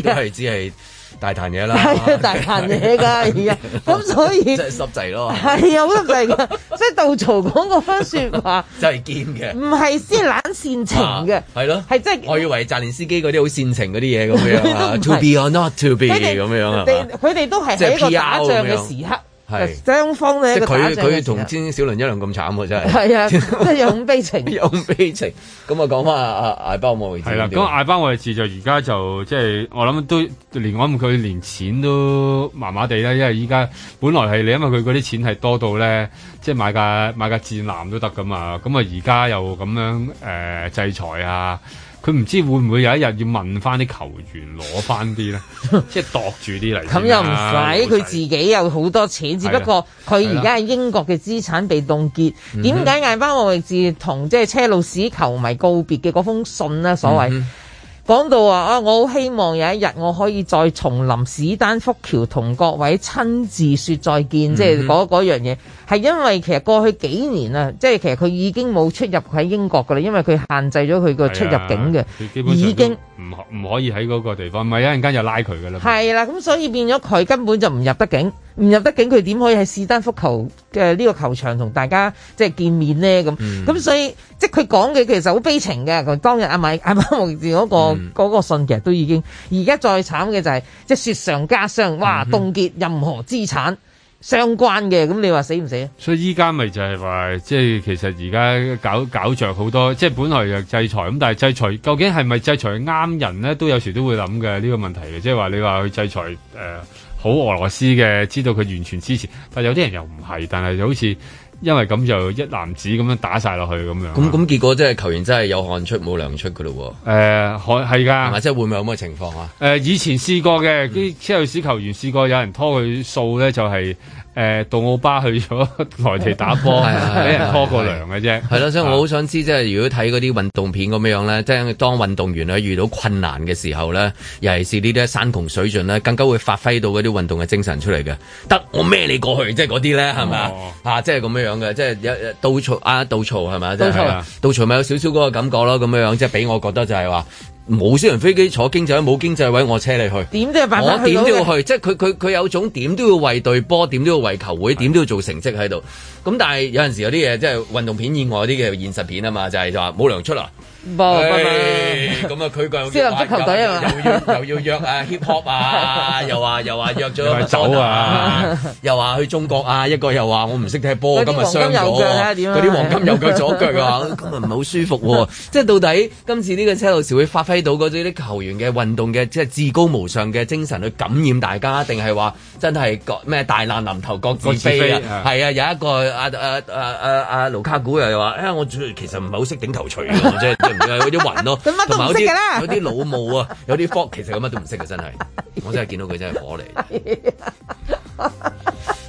(laughs) 都
啊。
係只係大壇嘢啦，
係啊大壇嘢㗎而
(laughs)
家咁所以
真係濕
(laughs)
滯咯，
係啊，好得滯噶，即係杜曹講嗰番説話，
真係堅嘅，啊
唔係先冷煽情嘅，
係咯，
係真係
我以為澤連斯基嗰啲好煽情嗰啲嘢咁樣啊
(laughs) 佢
，to
都唔係
be or not to be
佢哋
咁樣啊，係
哋
嘛
佢哋都係
即
喺
係
一個
PR
打仗嘅時刻，
係
雙方咧
即
一
係
個打
佢
仗嘅
佢
時刻
同千小麟一樣咁慘喎，真係
(laughs) 係
(laughs)
啊，即係有咁悲情。
有悲情。咁啊，講翻阿阿艾包莫維
係啦，咁啊艾班位置就而家就即係我諗都連我諗佢連錢都麻麻地啦，因為依家本來係你因為佢嗰啲錢係多到咧，即係買架買架戰艦都得噶嘛，咁啊而家又咁樣誒、呃制裁啊，佢唔知會唔會有一日要問翻啲球員攞翻啲
(laughs)
咧，即係度住啲嚟。啊
咁
啊
又唔使，佢自己有好多錢，只不過佢而家係英國嘅資產被凍結。
嗯哼
點解艾巴莫域治同即係車路士球迷告別嘅嗰封信呢？所
嗯
謂講到話啊，我好希望有一日我可以再重臨史丹福橋同各位親自説再見，即係
嗯
嗰
哼
嗰樣嘢，係因為其實過去幾年啊，即係其實佢已經冇出入喺英國噶啦，因為佢限制咗
啊
佢個出入境嘅，
佢啊基本上
已經
都唔可唔可以喺嗰個地方，咪一陣間就拉佢噶啦。
係啦，咁所以變咗佢根本就唔入得境，唔入得境佢點可以喺士丹福球嘅呢個球場同大家即係見面呢？咁
嗯
咁、所以即係佢講嘅其實好悲情嘅。佢當日阿 (laughs) 米阿馬莫治嗰個
嗯
嗰、個信其實都已經，而家再慘嘅就係、即係雪上加霜，
嗯
哇！凍結任何資產相關嘅，咁你話死唔死啊？
所以依家咪就係話，即係其實而家搞搞着好多，即係本來又制裁咁，但係制裁究竟係咪制裁啱人咧？都有時都會諗嘅呢個問題嘅，即係話你話去制裁誒、呃好俄羅斯嘅，知道佢完全支持，但係有啲人又唔係，但係就好似因為咁就一男子咁樣打晒落去咁樣。
咁咁結果即係球員真係有汗出冇糧出噶咯
誒、呃可係
喎，係咪
㗎。
即係會唔會有咁嘅情況啊？
誒、呃以前試過
嗯
嘅，啲車路士球員試過有人拖佢數咧，就係、誒杜奧巴去咗內地打波，
(laughs) 係啊係係
俾人拖過糧嘅啫。
係啊咯，所以我好想知，即係如果睇嗰啲運動片咁樣咧，即係當運動員咧遇到困難嘅時候咧，尤其是呢啲咧山窮水盡咧，更加會發揮到嗰啲運動嘅精神出嚟嘅。得我孭你過去，即係嗰啲咧，係咪啊？啊，即係咁樣樣嘅，即係有有吐槽啊，吐槽係咪啊？即係
吐槽
係啊吐槽咪有少少嗰個感覺咯，咁樣樣即係俾我覺得就係話。冇私人飛機坐經濟位，冇經濟位我車你去，
點都有辦法
我
去
點
到
都要
嘅
去，即係佢佢佢有種點都要為隊波，點都要為球會，點都要做成績喺度。咁但係有陣時有啲嘢即係運動片以外啲嘅現實片啊嘛，就係就話冇糧出啊。
冇哦拜 (laughs) 拜
唉咁啊，佢個
(laughs) 私人足球隊啊嘛
又要又要約啊 hip hop
(laughs)
啊，又話又話約
又話
咗
走啊
(laughs) Madonna，又話去中國啊，一個又話我唔識踢
嗰
波，
啲
今日傷
黃金右
咗
腳
啊，
啊點啊
嗰啲黃金右腳左腳啊，今日唔係好舒服喎。即係到底今次呢個車路士會發揮到嗰啲球員嘅運動嘅即係至高無上嘅精神去感染大家，定係話真係各咩大難臨頭各自
各自
飛
飛
啊？
啊
係啊，有一個啊啊啊啊啊盧卡古又話：，誒我其實唔係好識頂頭槌嘅，即係即係唔知有啲暈咯，
佢乜都唔
同埋有啲
識㗎啦
有啲老母啊，有啲 f 其實佢乜都唔識嘅，真係，我真係見到佢真係火嚟。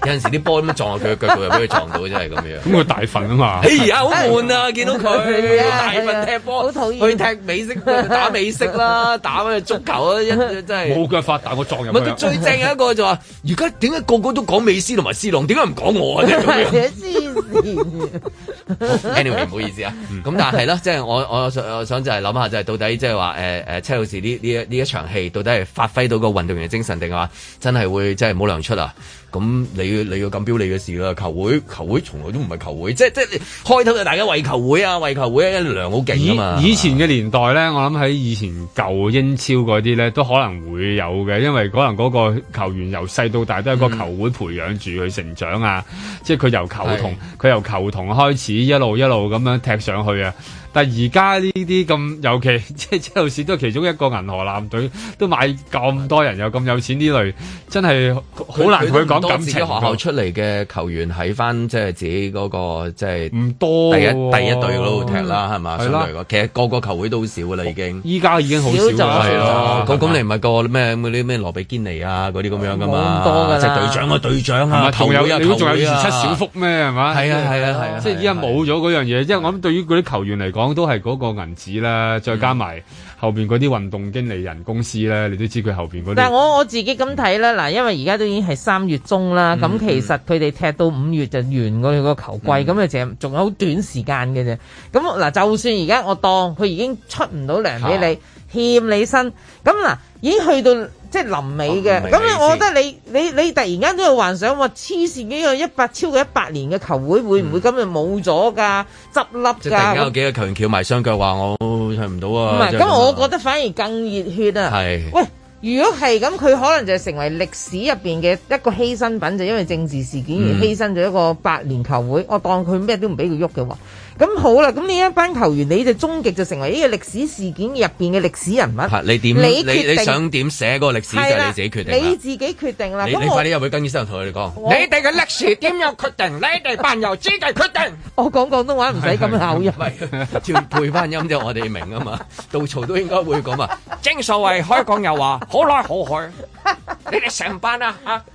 有陣時啲波咁樣撞下佢嘅腳，佢又俾佢撞到，真係咁樣。
咁佢大份啊嘛。
(laughs) 哎呀，好悶 (laughs) 啊！見到佢
係
大
啊
份踢波，
好討厭
去踢美式打美式 (laughs) 啦，打咩足球啊，一真係。
冇腳法，但我撞入
唔
去
係
啊。
佢最正有一個就話，而家點解個個都講美斯同埋斯朗，點解唔講我啊？
哎
即係咁樣。anyway (laughs) 唔好意思啊，
嗯
咁但係咧，即係我我想我想就係諗下，就係到底即係話誒誒車路士呢呢一呢一場戲，到底係發揮到個運動員嘅精神，定係話真係會即係冇糧出啊？咁你要你要咁標你嘅事啦，球會球會從來都唔係球會，即係即係你開頭就大家為球會啊，為球會啊，糧好勁啊嘛。
以以前嘅年代咧，我諗喺以前舊英超嗰啲咧，都可能會有嘅，因為可能嗰個球員由細到大都係個球會培養住佢成長啊，
嗯
即係佢由球童，佢由球童開始一路一路咁樣踢上去啊。但係而家呢啲咁，尤其 (laughs) 即係車路士都係其中一個銀河艦隊，都買咁多人又咁有錢呢類，真係好難同佢
都唔
講
多
感
自己
情
學
㗎。
校出嚟嘅球員喺翻即係自己嗰個即係
唔多
第一
喎
第一隊嗰度踢啦，係嘛？
哦係
相
啦
對嚟講，其實個個球會都好少噶啦，已經。
依家已經好少㗎啦
係
係
咯。
啊
咁
嘛
咁你唔係個咩嗰啲咩羅比堅尼啊嗰啲咁樣噶嘛？
咁多㗎啦
即係隊長啊，隊長
係
啊，
咪
球
仲
會啊
有你估仲有
球會啊
二七小福咩？係嘛？
係啊係啊係啊
即係依家冇咗嗰樣嘢，因為我諗對於嗰啲球員嚟講，講都係嗰個銀紙啦，再加
嗯
埋後邊嗰啲運動經理人公司咧，你都知佢後邊嗰
但係
啲。
我我自己咁睇啦，嗱，因為而家都已經係三月中啦，咁、
嗯
其實佢哋踢到五月就完佢個球
嗯
季，咁啊淨仲有好短時間嘅啫。咁嗱，就算而家我當佢已經出唔到糧俾你，欠你薪，咁嗱已經去到。即係臨尾嘅，
明
咁
你意思
我覺得你你你突然間都有幻想話黐線呢個一百超過一百年嘅球會會唔會今日冇咗㗎？執笠
嗯即係突然間有
㗎？
幾個球員翹埋雙腳話我去唔到
唔
啊！
係，
即係
咁
啊
我覺得反而更熱血啊！
係
喂，如果係咁，佢可能就成為歷史入邊嘅一個犧牲品，就因為政治事件而
嗯
犧牲咗一個百年球會。我當佢咩都唔俾佢喐嘅話，咁好啦，咁呢一班球員，你就終極就成為呢個歷史事件入邊嘅歷史人物。
嚇你點
你
你
決定
你想點寫嗰個歷史就
係
係
啦
你自己決定啦
你自己決定啦。
你你
咁我
快啲入去更衣室同佢哋講，
我
你哋嘅歷史點樣決定？你哋班由自己決定。
我講廣東話唔使咁口音。
要配翻音啫，我哋明啊嘛， (laughs) 杜曹都應該會講啊。正所謂開講又話，好來好去，你哋成班啊嚇，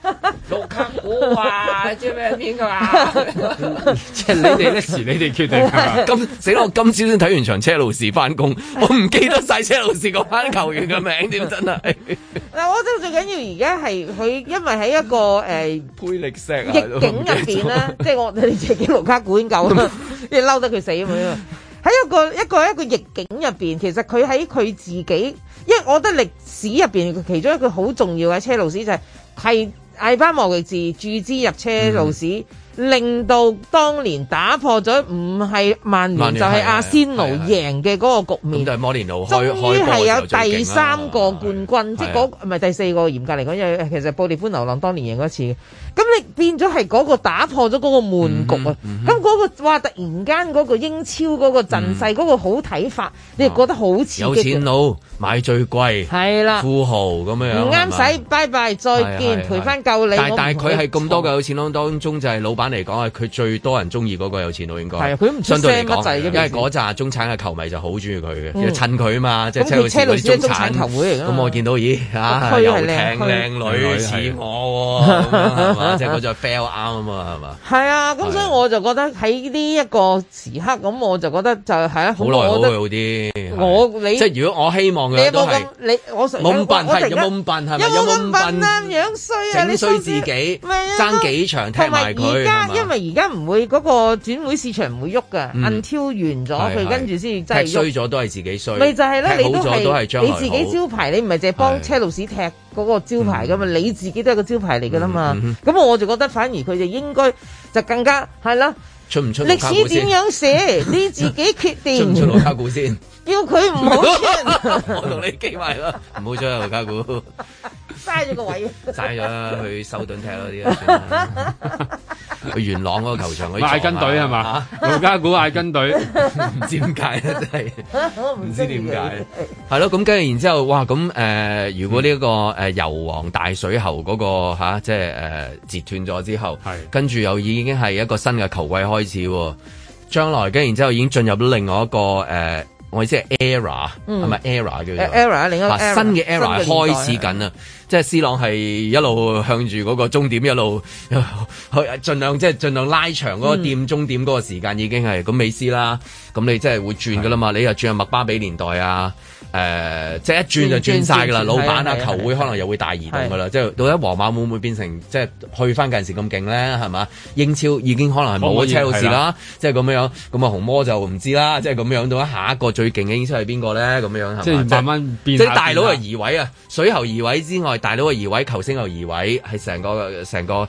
盧卡古啊，知咩邊個啊？ (laughs) 即係
你哋呢時你哋決定係嘛
(laughs) 今死啦！我今朝先睇完場車路士翻工，我唔記得晒車路士嗰班球員嘅名添，真係 (laughs)
嗱，我覺得最緊要而家係佢，因為喺一個誒。
佩力石啊
逆境入邊啦， (laughs) 即係我哋自己盧卡古已經夠
啊
啦，啊 (laughs) 你嬲得佢死啊咁樣。喺一個一個一個逆境入邊，其實佢喺佢自己，因為我覺得歷史入邊其中一個好重要嘅車路士就係係艾巴莫域治注資入車路
嗯
士，令到當年打破咗唔係曼
曼
聯
聯
就係
係
阿仙奴
係係
贏嘅嗰個局面
咁。就係摩連
終
奴開開波
於
嘅時
係有
候最勁啦啊
第三個冠軍，即係嗰
係啊
唔係第四個嚴格嚟講，因為其實布列夫流浪當年贏過一次嘅。咁你變咗係嗰個打破咗嗰個悶局啊！
嗯
咁嗰個哇，突然間嗰個英超嗰個陣勢嗰個好睇法，你就覺得好刺
哦有
激
錢
嘅。
佬買最貴，
係啦
富豪咁樣樣
啊唔
係嘛
啱使，拜拜，再見，
係
賠翻夠你。
但
我唔
但係佢係
同
咁多嘅有錢佬當中，就係老闆嚟講係佢最多人中意嗰個有錢佬應該。
係啊佢唔出
相對嚟
聲乜
講，
滯嘅
因為嗰扎中產嘅球迷就好中意佢嘅，
嗯
因為襯佢嘛，即
咁
係
佢
車路士嗰
車路士
啲
都
中
中產
產
球會嚟㗎嘛
咁我見到咦
個
啊，
區
又
係
挺
靚區
靚女似我喎，咁樣係嘛？ (laughs) 即係嗰隻 fell 啱啊嘛，係嘛？
係啊，咁所以我就覺得喺呢一個時刻，咁我就覺得就係啊，
好耐好
我覺
耐
得
好啲。
我你
即係如果我希望
你有
嘅都
冇
係
咁。你我想
冇咁笨
我我突
係
然
有
間
冇咁笨係咪
有冇
有冇
咁笨
咁笨
啊？樣衰啊！你
整衰
衰
自己
咪啊，
爭幾場踢
同埋
埋
而
佢
家
係，嘛
因為而家唔會嗰個轉會市場唔會喐噶
嗯
，until 完咗
係
佢
係
跟住先真係
踢
喐
衰。咗都係自己衰，
咪就係啦，
踢
你
好咗都係
係
將來
你
好
自己招牌，你唔係淨係幫
係嗯
車路士踢嗰個招牌噶嘛，你自己都係個招牌嚟噶啦嘛
嗯嗯。
咁我就覺得反而佢就應該就更加係啦。
出唔出
歷
盧卡
史
古
點
先？
樣
(laughs)
寫，你自己決
出唔
定。
出啊盧卡古
(laughs)
先？ (laughs)
叫佢唔好出，
我同你記埋啦，唔好出盧卡古， (laughs)
嘥咗個位。
嘥咗啦去修頓踢嗰啲啦算啦，
(laughs)
去元朗嗰個球場嗰啲撞啊
嗌跟隊係嘛？盧家古嗌跟
(laughs)
隊，
唔知點解咧，真係。
我
唔
唔
知點解，係咯，咁跟住然之後，哇，咁誒、呃如果呢、一個誒油王大水喉嗰、個吓、即係誒、呃截斷咗之後，跟住又已經係一個新嘅球季開始喎，將來跟住然之後已經進入另外一個誒、呃我意思係 era
嗯
係咪 era 叫做
誒 era，另一個
啊
era，
新嘅 era
新嘅年代啊
開始緊啦，即係 C 朗係一路向住嗰個終點一路 (laughs) 去盡量即係盡量拉長嗰個店終點嗰個時間已經係咁美斯啦，咁你即係會轉噶啦嘛，你又轉入麥巴比年代啊。誒、即係一轉就轉晒㗎啦，
轉轉轉
老闆
係啊
啊、
係啊
球會可能又會大移動㗎啦，即係到底皇馬會唔會變成即係去翻近時咁勁咧？係嘛？英超已經可能係冇咗車路士
可唔可以係
啦
啦，
即係咁樣樣，咁啊紅魔就唔知啦，即係咁樣到底下一個最勁嘅英超係邊個咧？咁樣係嘛
即係慢慢變
即
下
係大佬
變
係
下
移位啊，水喉移位之外，大佬嘅移位，球星又移位，係成個成個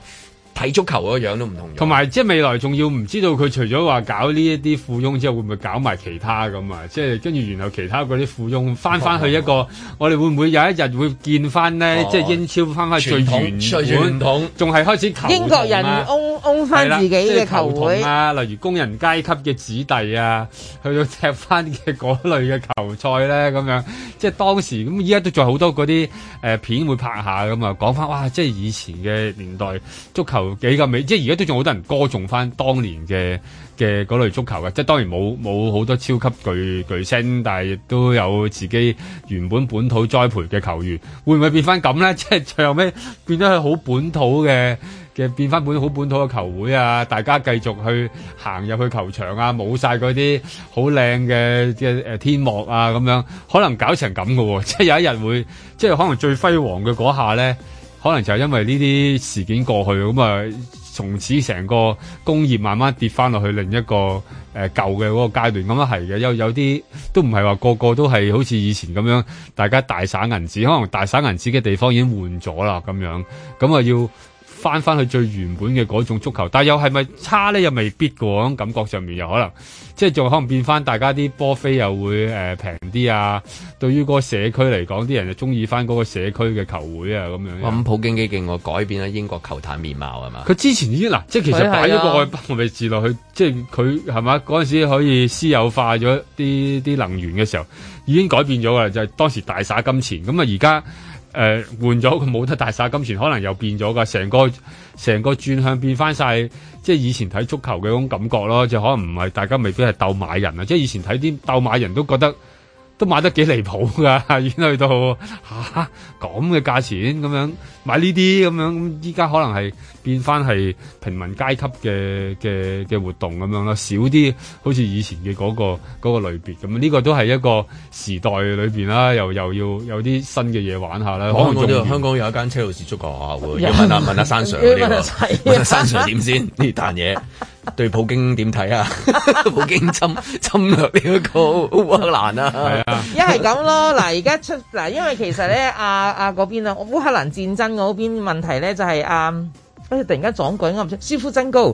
睇足球嗰個樣都唔同咗。
同埋即係未來仲要唔知道佢除咗話搞呢一啲富翁之後，會唔會搞埋其他咁啊？即係跟住然後其他嗰啲富翁翻翻去一個，我哋會唔會有一日會見翻呢？
哦
即係英超翻翻最
傳統
原
最
本
傳統
仲係開始球
英國人
童啊
擁擁翻
係啦
自己
即
嘅
係
球會
童。啊，例如工人階級嘅子弟啊，去到踢翻嘅嗰類嘅球賽咧，咁樣即係當時咁，依家都仲有好多嗰啲誒片會拍下咁啊，講翻哇，即係以前嘅年代足球球幾咁美，即係而家都仲好多人歌頌翻當年嘅嘅嗰類足球嘅，即係當然冇冇好多超級巨巨星，但係亦都有自己原本本土栽培嘅球員，會唔會變翻咁咧？ (laughs) 即係最後尾變咗佢好本土嘅。嘅變翻本好本土嘅球會啊，大家繼續去行入去球場啊，冇晒嗰啲好靚嘅嘅誒天幕啊咁樣，可能搞成咁嘅喎，即係有一日會，即係可能最輝煌嘅嗰下咧，可能就係因為呢啲事件過去咁啊，從此成個工業慢慢跌翻落去另一個誒、呃、舊嘅嗰個階段，咁啊係嘅，有有啲都唔係話個個都係好似以前咁樣，大家大省銀紙，可能大省銀紙嘅地方已經換咗啦，咁樣咁啊要。翻翻去最原本嘅嗰種足球，但係又係咪差咧？又未必嘅喎，嗰種感覺上面又啊可能，即係仲可能變翻大家啲波飛又會誒平啲啊。對於嗰個社區嚟講，啲人就中意翻嗰個社區嘅球會啊咁樣。
咁普京幾勁喎，改變咗英國球壇面貌係啊嘛？
佢之前已經嗱，即係其實擺咗個愛國位置落去，即係佢係嘛嗰陣時可以私有化咗啲啲能源嘅時候，已經改變咗啦，就係、當時大灑金錢咁啊！而家。誒、呃、換咗佢冇得大灑金錢，可能又變咗㗎，成個成個轉向變翻晒，即係以前睇足球嘅嗰種感覺咯，就可能唔係大家未必係鬥買人啊，即係以前睇啲鬥買人都覺得都買得幾離譜㗎， (laughs) 已經去到嚇咁嘅價錢咁樣買呢啲咁樣，咁依家可能係變翻係平民階級嘅嘅嘅活動咁樣啦，少啲好似以前嘅嗰、個嗰、個類別咁，呢、個都係一個時代裏邊啦，又又要有啲新嘅嘢玩下啦，可能
香港
仲
都
要
有香港有一間車路士足球學校喎，
有
要問下問下山 Sir
要
嗰
(laughs)
啲
問下
喎
齊，
問下山 Sir 點先呢單嘢對普京點睇啊？ (laughs) 普京侵侵略呢一個烏克蘭啊，
係啊
一係咁咯，嗱而家出嗱，因為其實咧，阿阿嗰邊啊，烏克蘭戰爭嗰邊問題咧就係、啊。哎呀突然間撞鬼，我唔知。舒夫增高，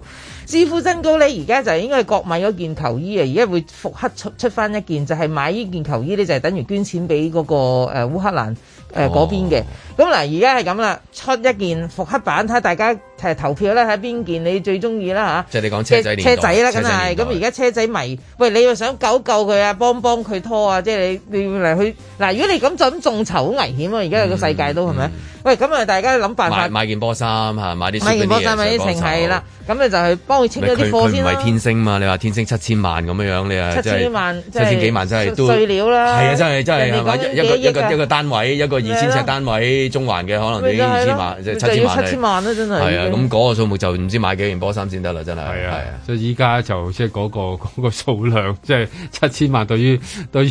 舒夫增高咧，而家就應該係國米嗰件球衣啊，而家會復刻出出翻一件，就係、買呢件球衣咧，就係、等於捐錢俾嗰、個誒、呃、烏克蘭誒
哦
嗰邊嘅。咁嗱、而家係咁啦，出一件復刻版，睇下大家誒投票啦，睇下邊件你最中意啦嚇。
即係你講車仔年代
車仔啦，梗
車仔
係
年代
咁而家車仔迷，喂，你要想救救佢啊，幫幫佢拖啊，即係你你要嚟去嗱，如果你咁就咁眾籌好危險啊！而家個世界都係咪？喂，咁啊，大家諗辦
買
法。
買件波衫嚇，買啲啊
買件波衫，買啲情係啦，咁你就去幫佢清
咪
咗
佢
啲
佢
貨
唔
先
係
啦。
天星嘛？你話天星七千萬咁樣樣，你啊
七
真係
千萬
七
即係
千幾萬真係都
碎料啦
係啊，真係真係
人哋
係嘛？
講緊
一一個
幾億
一個
啊
一個單位，一個二千
係
尺
啊
單位，中環嘅可能已經
咪
二
就係咯
千萬，即係
咪
七
就要
千萬
7000萬啦真係
係啊，
已
咁
經
嗰個數目就唔知買幾件波衫先得啦，真係係啊。
所以依家就即係嗰個 (laughs) 嗰、個數量，即係七千萬對於對於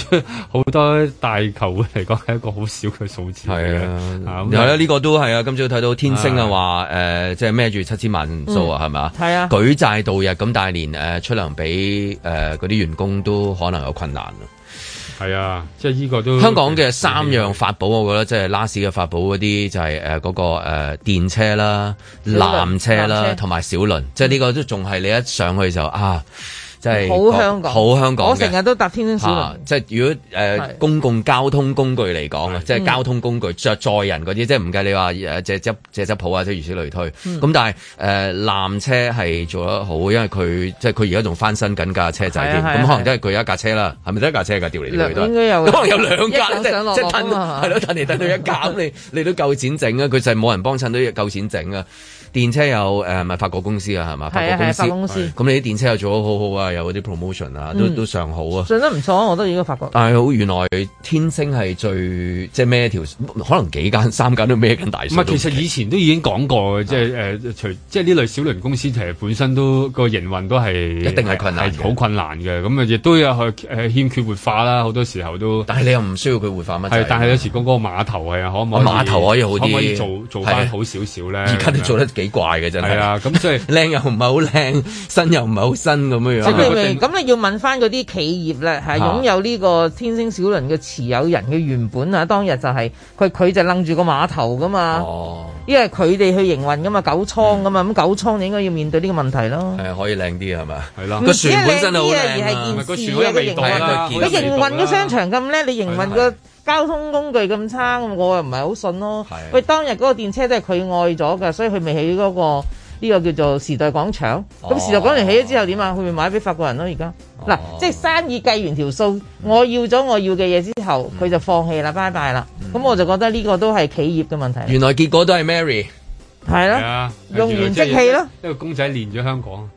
好多大球會嚟講係一個好少嘅數字。係啊
嗯係啦，呢個都係啊！今朝睇到天星啊，話誒，即係孭住七千萬數啊，係咪啊？
係啊
舉債度日咁，但係連誒出糧俾誒嗰啲員工都可能有困難啊。
係啊，即係呢個都嗯
香港嘅三樣法寶，我覺得即係拉士嘅法寶嗰啲就係呃誒嗰個誒電車啦、
小輪
纜車
纜
啦
車，
同埋小輪，即係呢個都仲係你一上去就啊，即係
好香港，
好香港
我
嘅
成日都搭天星小
啊
輪。
即係如果誒、呃
係
公共交通工具嚟講啊，即係
嗯
交通工具着載人嗰啲，即係唔計你話誒借執借執鋪啊，即係如此類推。咁、
嗯
但係誒、呃、纜車係做得好，因為佢即係佢而家仲翻新緊架車仔添，
係啊係啊
咁可能都係佢一架車啦，係咪得一架車㗎？調嚟調去都係
應該有
可能 (laughs) 有兩架
一上
即
上落
係即係
落啊嘛
褪係咯，褪嚟褪去一架咁你你都夠錢整啊！佢就係冇人幫襯都夠錢整啊！電車有誒咪法國公司啊，係嘛？法
係啊
國
係
公
啊
司，
法國公司
咁你啲電車又做得好好啊，有嗰啲 promotion 啊，都
嗯
都上好啊。
信得唔錯，我都已經發覺。
但係好原來天星係最即係孭條，可能幾間三間都孭緊大
唔
數
係，
都唔奇。啊
其實以前都已經講過嘅，即係誒，除即係呢類小輪公司，其實本身都個營運都係一定係困難，好困難嘅。咁啊，亦都有去誒欠缺活化啦，好多時候都。
但係你又唔需要佢活化乜滯啊
係，但係有時講嗰個碼頭係啊可唔可以？
碼頭哦可以好啲
可唔可以做做
係
翻
啊
好少少咧？
而家都做得幾怪嘅真係。
係啊咁所以
靚又唔係好靚，新又唔係好新咁樣樣。
咁你咪咁你要問翻嗰啲企業啦，係
嚇
擁有呢個天星小輪嘅持有人嘅原本啊，當日就係佢佢就楞住個碼頭噶嘛，
哦
因為佢哋去營運噶嘛，九倉噶嘛，咁九倉你應該要面對呢個問題咯。
係可以靚啲啊係嘛？
係啦
個船本身都好
唔知係
靚
靚啲啊而
啊，
係件事啊個營運
啦
你營運個商場咁叻，你營運
係
個交通工具咁差，我又唔係好信咯
係。
喂，當日嗰個電車都係佢愛咗㗎，所以佢咪起嗰個呢個叫做時代廣場。
哦
咁時代廣場起咗之後點啊？佢咪買俾法國人咯而家。嗱，即係生意計完條數，我要咗我要嘅嘢之後，
嗯
佢就放棄啦，拜拜啦。咁我就覺得呢個都係企業嘅問題。
原來結果都係 Mary。
係咯
係啊
用完即棄咯
一個公仔練咗香港。